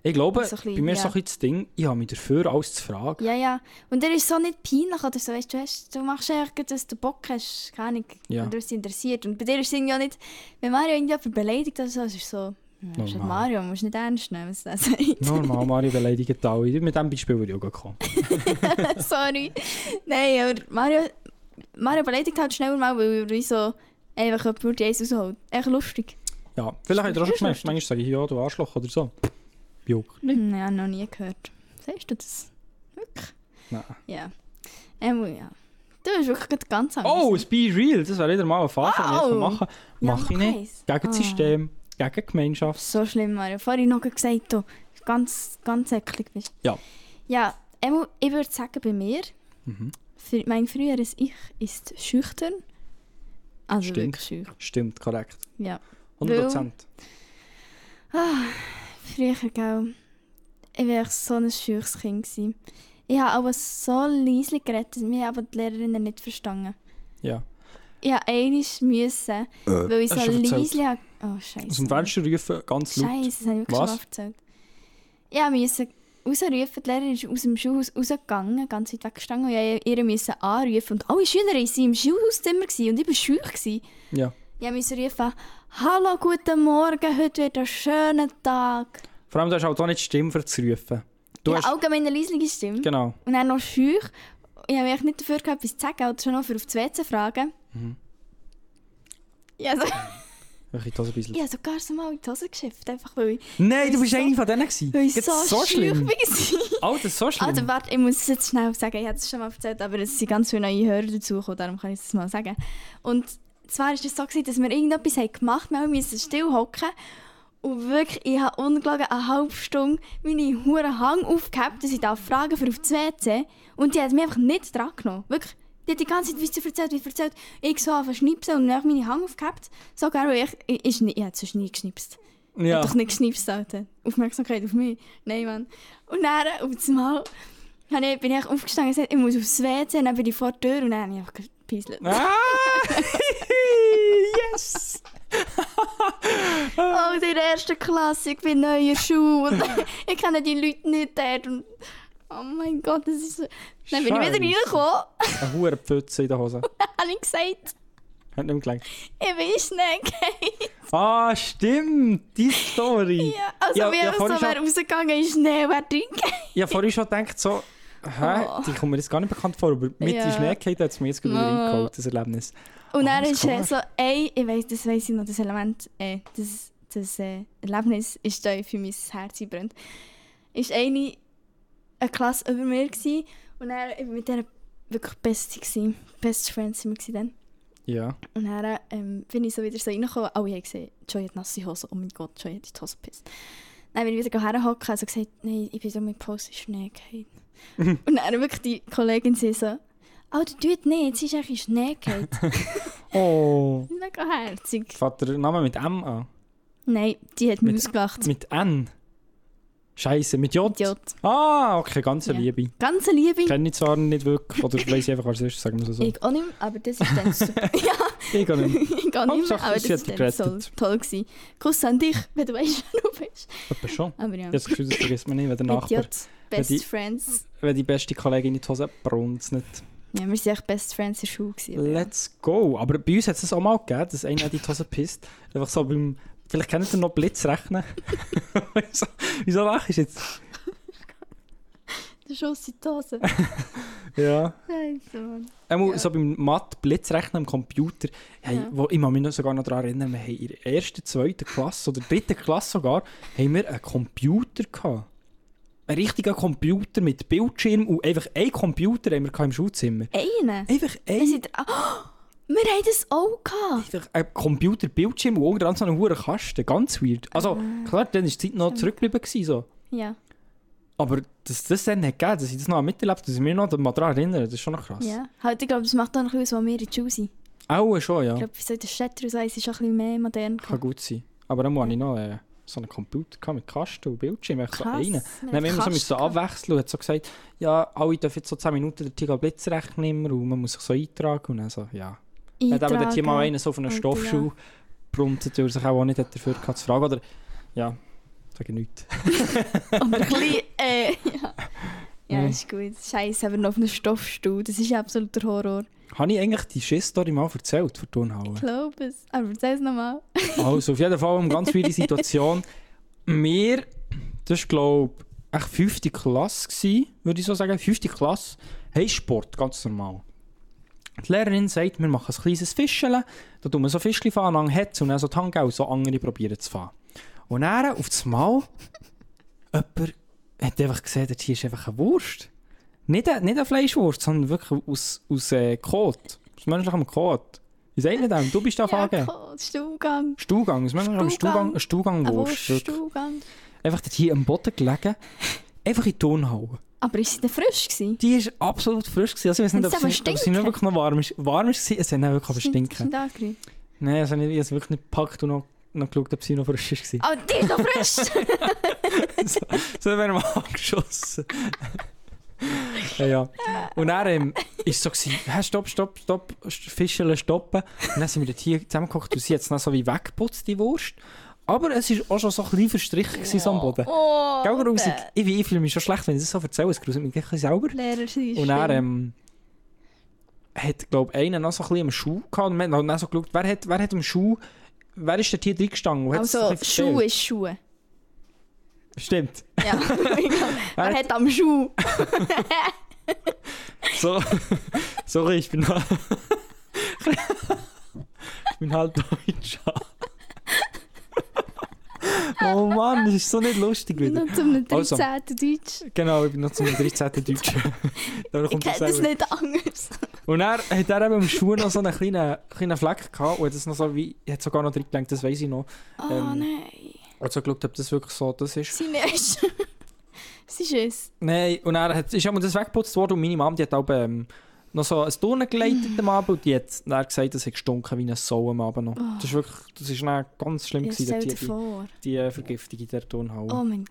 S3: Ich glaube,
S2: So ein bisschen,
S3: bei mir ist
S2: ja.
S3: so ein bisschen das Ding, ich habe mich dafür alles zu fragen.
S2: Ja, ja. Und der ist so nicht peinlich oder so. Weißt, du, hast, du machst einfach, gerade, dass du Bock hast. Keine Ahnung.
S3: Ja.
S2: Oder es interessiert. Und bei dir ist es irgendwie auch nicht, wenn Mario irgendjemand beleidigt oder so, es ist so, ja, ist halt
S3: Normal.
S2: Mario, musst nicht ernst nehmen, was der sagt.
S3: Normal, Mario beleidigt alle. Mit diesem Beispiel würde ich auch kommen.
S2: Sorry. Nein, aber Mario, Mario beleidigt halt schneller mal, weil er wie so einfach jemand nur die Eis rausholt. Echt lustig.
S3: Ja, vielleicht habt ihr auch schon
S2: Ist
S3: gemerkt,
S2: lustig.
S3: manchmal sage ich, ja, du Arschloch oder so. Juck.
S2: Hm, ja, noch nie gehört. Sagst du das? Wirklich?
S3: Nein.
S2: Ja. Ähm, ja. Du bist wirklich gerade ganz anders.
S3: Oh, es Be Real, das wäre wieder mal ein Fall, den ich jetzt
S2: Wow.
S3: machen
S2: Ja,
S3: Mach
S2: mach
S3: ich
S2: eins.
S3: nicht.
S2: Ah.
S3: Gegen das System, gegen die Gemeinschaft.
S2: So schlimm, Mario. Vorhin noch gesagt, du ganz, ganz eklig bist.
S3: Ja.
S2: Ja, Emu, ich würde sagen, bei mir,
S3: Mhm.
S2: für mein früheres Ich ist schüchtern. Also
S3: Stimmt.
S2: wirklich schüchtern.
S3: Stimmt, korrekt.
S2: Ja.
S3: 100%.
S2: Früher, gell. Ich war echt so ein schüchs Kind. gewesen. Ich habe aber so leise geredet, dass mich aber die Lehrerinnen nicht verstanden.
S3: Ja.
S2: Ich musste einiges, müssen, weil ich so
S3: Äh, hast du schon erzählt?
S2: leise... habe- Oh,
S3: Aus dem
S2: scheiße.
S3: Fenster rufen, ganz laut.
S2: Scheiße, das habe ich wirklich
S3: Was?
S2: schon oft erzählt. Ich musste rausrufen, die Lehrerin ist aus dem Schulhaus rausgegangen, ganz weit weggestanden und ich musste ihr müssen anrufen. Und alle Schülerinnen waren im Schulhauszimmer gewesen und ich war schüch. Gewesen.
S3: Ja.
S2: Ich musste rufen, «Hallo, guten Morgen, heute wird ein schöner Tag.»
S3: Vor allem, du hast halt auch nicht die Stimme für zu rufen.
S2: Du
S3: Du
S2: ja,
S3: hast...
S2: allgemein eine leise Stimme.
S3: Genau.
S2: Und dann noch schüch. Ich habe mich nicht dafür gehabt, etwas zu sagen, oder schon noch für auf die WC fragen. Ja, also,
S3: Ich hab das ein bisschen...
S2: ich habe sogar so mal in die Hose geschifft, einfach weil ich,
S3: Nein, du
S2: Weil
S3: bist
S2: so-
S3: einer von denen gewesen.
S2: weil ich
S3: Jetzt
S2: so, so schlimm
S3: Alter, so schlimm.
S2: Also warte, ich muss es jetzt schnell sagen, ich habe es schon mal erzählt, aber es sind ganz viele neue Hörer dazugekommen, darum kann ich es mal sagen. Und zwar war es so, gewesen, dass wir irgendetwas haben gemacht haben, wir mussten still hocken und wirklich, ich habe ungelogen eine halbe Stunde meine hure Hang aufgehabt, dass ich da Fragen für auf das WC und die hat mich einfach nicht dran genommen, wirklich. Die hat die ganze Zeit, wie sie erzählt, wie erzählt, ich so anfangen schnipsen und dann habe ich meine Hang aufgehabt, sogar, weil ich, ich, ich, ich, ich habe sonst nie geschnipst.
S3: ja.
S2: Ja. Doch nicht geschnipst, Alter. Aufmerksamkeit auf mich. Nein, Mann. Und dann, auf das Mal, hab ich, bin ich aufgestanden und gesagt, ich muss aufs WC. Und dann bin ich vor die Tür und dann habe ich einfach gepieselt.
S3: Ah! yes! Ah.
S2: Oh, in der ersten Klasse, ich bin neu in der Schule. Und ich kenne die Leute nicht dort. Und, oh mein Gott, das ist so... Dann bin ich
S3: Scheiße.
S2: wieder reingekommen.
S3: Eine hohe Pfütze in der Hose.
S2: habe ich gesagt,
S3: Hat nicht mehr gelangt.
S2: ich bin Schnee.
S3: Ah, stimmt! Die Story!
S2: ja, also
S3: Ja,
S2: ja,
S3: ja,
S2: wäre so,
S3: vorhin schon-
S2: wer rausgegangen ist, Schnee, wer trinkt.
S3: Ich habe vorhin schon gedacht, so, hä,
S2: Oh.
S3: die kommt mir jetzt gar nicht bekannt vor, aber mit
S2: Ja. Oh.
S3: der Schnelligkeit hat es mir jetzt gerade wieder
S2: Mal.
S3: reingeholt, das Erlebnis.
S2: Und
S3: Ah,
S2: dann
S3: das
S2: ist er
S3: kann
S2: so, ey, ich weiss, das weiss ich noch, das Element, äh, das, das äh, Erlebnis ist tief in mein Herz gebrannt. Ist eine, eine Klasse über mir gewesen, und dann, ich war mit der wirklich beste gewesen. Best Friends sind wir gewesen dann.
S3: Ja.
S2: Und dann ähm, bin ich so wieder so reingekommen. Alle haben gesehen, Joy hat nasse Hose. Oh mein Gott, Joy hat in die Hose gepisst. Dann bin ich wieder herhocken und also gesagt, nein, ich bin so mit Pause Schnee gefallen. und dann wirklich die Kollegin sie so, oh, du tut nicht, sie ist eigentlich in Schnee gefallen.
S3: Oh.
S2: Mega herzig.
S3: Vater, Name mit M an.
S2: Nein, die hat mich
S3: Mit-
S2: ausgelacht.
S3: Mit N. Scheiße, mit J.
S2: Idiot.
S3: Ah, okay, ganze
S2: Ja.
S3: Liebe.
S2: Ganze Liebe.
S3: Kenne ich zwar nicht wirklich, oder weiss ich einfach als erstes, sagen wir es so.
S2: Ich auch nicht mehr, aber das ist dann super. ja,
S3: Ich gar nicht.
S2: ich auch nicht mehr,
S3: Hauptsache,
S2: aber das
S3: sie hat
S2: ist dann so
S3: gerettet.
S2: toll gewesen. Kuss an dich, wenn du weißt, wer du bist.
S3: Aber schon.
S2: Aber ja,
S3: Jetzt das vergisst man nicht, wenn der
S2: mit
S3: Nachbar,
S2: J, Best
S3: die-
S2: Friends.
S3: wenn die beste Kollegin in die Hose brunzt nicht.
S2: Ja, wir waren echt Best Friends in der Schule. Gewesen, aber ja.
S3: Let's go. Aber bei uns hat es das auch mal gegeben, dass einer in die Hose pisst. Einfach so beim, vielleicht kennt ihr noch Blitzrechnen. wieso, wieso lachst du jetzt?
S2: Der Schuss in die Hose.
S3: Ja.
S2: Scheiße, Mann.
S3: Einmal
S2: Ja.
S3: so beim Matt-Blitzrechnen am Computer, hey,
S2: Ja.
S3: wo, ich kann mich noch sogar noch daran erinnern, wir haben in der ersten, zweiten Klasse oder dritten Klasse sogar, haben wir einen Computer gehabt. Einen richtigen Computer mit Bildschirm und einfach einen Computer haben wir gehabt im Schulzimmer.
S2: Einen?
S3: Einfach
S2: Wir,
S3: einen,
S2: sind, Ah, oh, wir haben das auch gehabt.
S3: einfach einen Computer-Bildschirm und unten dran so einen hohen Kasten, ganz weird. Also
S2: Ah.
S3: klar, dann war die Zeit noch zurückgeblieben, gewesen, so.
S2: Ja,
S3: aber dass das dann nicht gegeben, dass ich das noch miterlebt habe, dass ich mich noch daran erinnere, das ist schon noch krass.
S2: ja. Halt, ich glaube, das macht auch noch ein bisschen, was wir in der Schule sind.
S3: Auch schon, ja.
S2: Ich glaube, wieso in der Städter und so, es ist schon ein bisschen mehr modern.
S3: Kann
S2: geworden.
S3: gut sein. Aber dann hatte ich noch äh, so einen Computer gehabt mit Kasten und Bildschirm. Ich so
S2: Krass,
S3: einen.
S2: wir
S3: Dann haben wir immer so
S2: hatten
S3: müssen
S2: Kasten gehabt.
S3: abwechseln und hat so gesagt, ja, alle dürfen jetzt so 10 Minuten den Tiger Blitzrechnen immer und man muss sich so eintragen. Und dann so, ja. Dann hat aber dort hier mal
S2: Eintragen.
S3: einen so auf einen
S2: Alter,
S3: Stoffschuh
S2: ja.
S3: gebruntet, weil er sich auch nicht hat dafür gehabt zu fragen. Oder, ja, sage nichts.
S2: Aber ein bisschen, äh, ja. Ja,
S3: Nee.
S2: ist gut. Scheiße, aber noch auf einem Stoffstuhl. Das ist absoluter Horror.
S3: Habe ich eigentlich die Schiss-Story mal erzählt von Turnhauen?
S2: Ich glaube es. Aber erzähl es nochmal.
S3: Also, auf jeden Fall eine ganz wilde Situation. Wir, das war, glaube ich, echt fünfte Klasse, gewesen, würde ich so sagen. Fünfte Klasse, hey Sport, ganz normal. Die Lehrerin sagt, wir machen ein kleines Fischchen. Da tun wir so Fischchen fahren, an Hetz und dann so die Hand geben, so andere probieren zu fahren. Und dann, auf das Mal, jemand hat einfach gesehen, dass hier ist einfach eine Wurst. Nicht eine, nicht eine Fleischwurst, sondern wirklich aus, aus äh, Kot. Aus menschlichem Kot. Wie sagt man dem? Du bist da
S2: Ja,
S3: Frage.
S2: cool. Stuhlgang.
S3: Stuhlgang, was machen wir am
S2: Stuhlgang.
S3: Stuhlgang? Ein
S2: Ein
S3: Stuhlgangwurst. wirklich.
S2: Wurststuhlgang.
S3: Einfach dort hier am Boden gelegen, einfach in die Turnhalle.
S2: Aber ist sie denn frisch gewesen?
S3: Die war absolut frisch. Gewesen. Also ich weiß nicht,
S2: Hat's
S3: ob
S2: aber
S3: sie, ob sie
S2: stinken?
S3: nicht wirklich noch warm ist. Warm war, es hat nicht wirklich aber stinken.
S2: stinken.
S3: Nein, also ich, ich habe es wirklich nicht gepackt und noch, noch geschaut, ob sie noch frisch war.
S2: Oh, die ist noch frisch!
S3: So werden wir angeschossen. ja, ja. Und dann ähm, ist es so, gewesen, hä, stopp, stopp, stopp, Fischeln stoppen. Und dann sind wir dort hier zusammengekocht und sie hat es dann so wie weggeputzt, die Wurst. Aber es war auch schon so ein bisschen verstrichen gewesen, so am Boden.
S2: Oh,
S3: Gell, grusig.
S2: der
S3: Ich, ich fühle mich schon schlecht, wenn ich das so erzähle. Es gruselt mich gleich ein bisschen selber.
S2: Lehrer ist
S3: Und
S2: schlimm.
S3: dann ähm, hat, glaube ich, einer noch so ein bisschen am Schuh gehabt. Und wir haben dann so geschaut, wer hat, wer hat am Schuh, wer ist dort hier drin gestanden?
S2: Oh,
S3: und hat es so ein
S2: Also,
S3: bisschen
S2: Schuh
S3: erzählt?
S2: ist Schuhe.
S3: Stimmt.
S2: Ja.
S3: Er
S2: Wer
S3: hat-
S2: hat am Schuh?
S3: So, sorry, ich bin halt... ich bin halt Deutscher. oh Mann, das ist so nicht lustig wieder.
S2: Noch zum 13.
S3: Also.
S2: Deutsch.
S3: Genau, ich bin noch zum 13. Deutschen. Darum
S2: Ich
S3: kommt
S2: kenne das
S3: selber.
S2: nicht dus anders.
S3: Und er hat er eben im Schuh noch so einen kleinen, kleinen Fleck gehabt und hat es noch so wie, hat sogar noch drin gelenkt, das weiß ich noch.
S2: Oh
S3: Ähm.
S2: nein.
S3: Und so geschaut, ob das wirklich so das ist.
S2: Sie nicht. Sie ist es.
S3: Nein, und er hat, ist einmal das weggeputzt worden und meine Mom, die hat auch ähm, noch so ein Turnen geleitet
S2: Ah.
S3: am Abend und die hat dann gesagt, das hat gestunken wie ein Sau am Abend noch. Das ist wirklich, das ist dann ganz schlimm
S2: Ich
S3: gewesen,
S2: Ah. stell
S3: die,
S2: dir
S3: die,
S2: vor.
S3: die äh, Vergiftung in der Turnhalle.
S2: Oh mein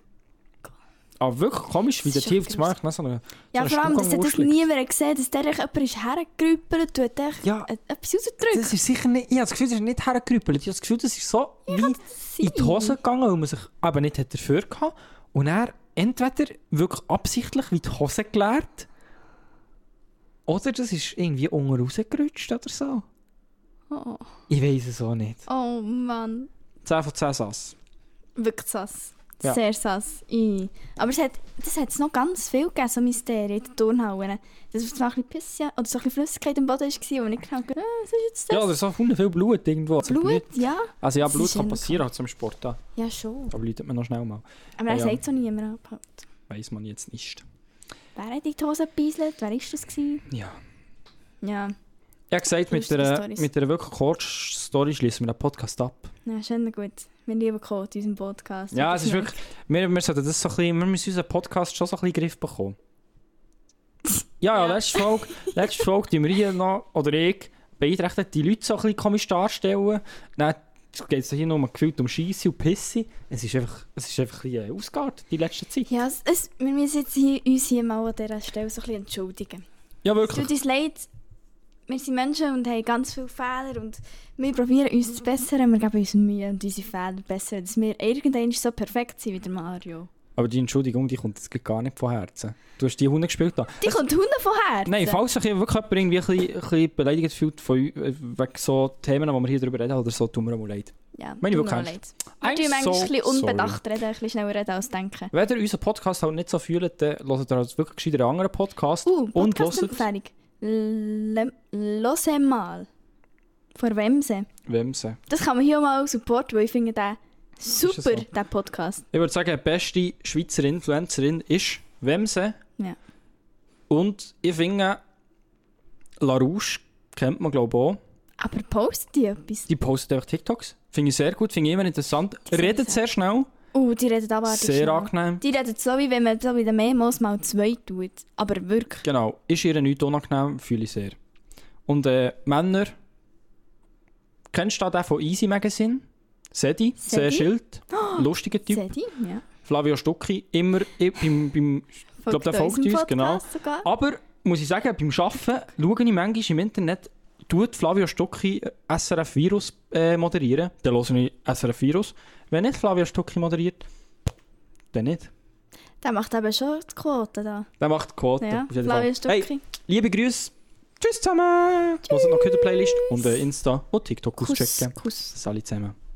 S3: Aber wirklich komisch, wie
S2: Das
S3: der
S2: ist
S3: Tier
S2: schon
S3: aufs Markt, ne, so eine,
S2: Ja, dus
S3: so
S2: vor allem, dass
S3: das
S2: hat das niemand gesehen dass der euch jemand ist hergerüppelt und hat euch
S3: Ja.
S2: et- etwas rausgedrückt.
S3: Das ist sicher nicht, ich habe das Gefühl, das ist nicht hergerüppelt. Ich habe das Gefühl, das ist so wie... in die Hose gegangen, weil man sich aber nicht hat dafür gehabt Und er entweder wirklich absichtlich wie die Hose geleert oder das ist irgendwie unten rausgerutscht oder so.
S2: Oh,
S3: Ich weiß es auch nicht.
S2: oh Mann.
S3: 10 von 10 Sass.
S2: Wirklich sass.
S3: Ja.
S2: Sehr sass. I. Aber es hat, das hat es noch ganz viel gegeben, so Mysterien in den Turnhallen. Dass es noch ein bisschen Pissen oder so ein bisschen Flüssigkeit am Boden war, und ich genau gedacht, ah, was ist jetzt das?
S3: Ja, oder so verdammt viel Blut irgendwo.
S2: Blut, ja.
S3: Also ja,
S2: Das
S3: Blut
S2: ist
S3: kann
S2: immer
S3: passieren halt zum Sport. Da,
S2: Ja, schon.
S3: da läutet man noch schnell mal.
S2: Aber er
S3: Ja.
S2: sagt so niemand ab. Halt.
S3: Weiß man jetzt nicht.
S2: Wer hat in die Hose gebeiselt? Wer ist das gewesen?
S3: Ja.
S2: Ja,
S3: Ich habe gesagt, mit
S2: Lustige
S3: der,
S2: Storys.
S3: mit der wirklich kurzen Story schließen wir den Podcast ab.
S2: ja schön und gut. Wir lieben Code in unserem Podcast.
S3: Ja,
S2: Hat
S3: es ist
S2: gemerkt.
S3: wirklich. Wir, wir sollten das so ein bisschen, wir müssen unseren Podcast schon so ein bisschen in den Griff bekommen. Ja, ja,
S2: Ja.
S3: letzte Folge, letzte Folge, die wir hier noch, oder ich, beeinträchtigt die Leute so ein bisschen komisch darstellen. Dann geht es hier nur gefühlt um Scheisse und Pisse. Es ist einfach, es ist einfach ein bisschen äh, ausgeartet die letzte Zeit.
S2: Ja, es, es, wir müssen jetzt hier, uns hier mal an dieser Stelle so ein bisschen entschuldigen.
S3: Ja,
S2: Es tut
S3: wirklich.
S2: uns leid, wir sind Menschen und haben ganz viele Fehler und wir probieren uns zu bessern, wir geben uns Mühe und unsere Fehler bessern, dass wir irgendwann so perfekt sind wie der Mario.
S3: Aber die Entschuldigung, die kommt jetzt gar nicht von Herzen. Du hast die Hunde gespielt da.
S2: Die kommt Hunde von Herzen.
S3: Nein, falls sich wirklich jemand irgendwie ein bisschen, ein bisschen beleidigt fühlt von, eu- wegen so Themen, die wir hier drüber reden, oder so, tut mir auch mal leid.
S2: Ja,
S3: Meine
S2: tut mir auch
S3: Wirkung.
S2: leid. Wir
S3: I'm
S2: tun manchmal
S3: so
S2: ein bisschen unbedacht
S3: sorry.
S2: reden, ein bisschen schneller reden als denken.
S3: Wenn ihr unseren Podcast halt nicht so fühlt, dann hört ihr halt wirklich gescheiter einen anderen Podcast.
S2: Uh,
S3: und hört
S2: Podcast-Empfehlung. Lem- Lose mal. Von Wemse.
S3: Wemse.
S2: Das kann man hier auch mal supporten, weil ich finde den
S3: das
S2: super,
S3: so?
S2: den Podcast.
S3: Ich würde sagen, die beste Schweizer Influencerin ist Wemse.
S2: Ja.
S3: Und ich finde, LaRouche kennt man glaube ich auch.
S2: Aber postet die etwas?
S3: Die postet einfach TikToks. Finde ich sehr gut, finde ich immer interessant.
S2: sind
S3: Redet sehr schnell,
S2: Oh, die reden aber
S3: sehr angenehm.
S2: Die reden so, wie wenn man so bei den Memos mal zwei tut. Aber wirklich.
S3: Genau, ist ihr nicht unangenehm, fühle ich sehr. Und äh, Männer, kennst du da den von Easy Magazine? Sedi,
S2: Sedi? Oh,
S3: sehr schild, lustiger Typ.
S2: Seht ihr? Ja.
S3: Flavio Stucki, immer i- beim, beim
S2: Ich
S3: glaub, der folgt uns, genau. aber muss ich sagen, beim Arbeiten schaue ich manchmal im Internet, tut Flavio Stucki äh, SRF Virus äh, moderieren, dann höre ich SRF Virus. Wenn nicht Flavio Stucki moderiert, dann nicht.
S2: Der macht eben schon die Quote da.
S3: Dann macht die Quote.
S2: Ja,
S3: auf jeden
S2: Flavio
S3: Fall. Hey,
S2: Stucki.
S3: liebe Grüße, tschüss zusammen! Hört noch die Playlist und äh, Insta und TikTok
S2: Kuss,
S3: auschecken.
S2: Kuss.
S3: Salut zusammen.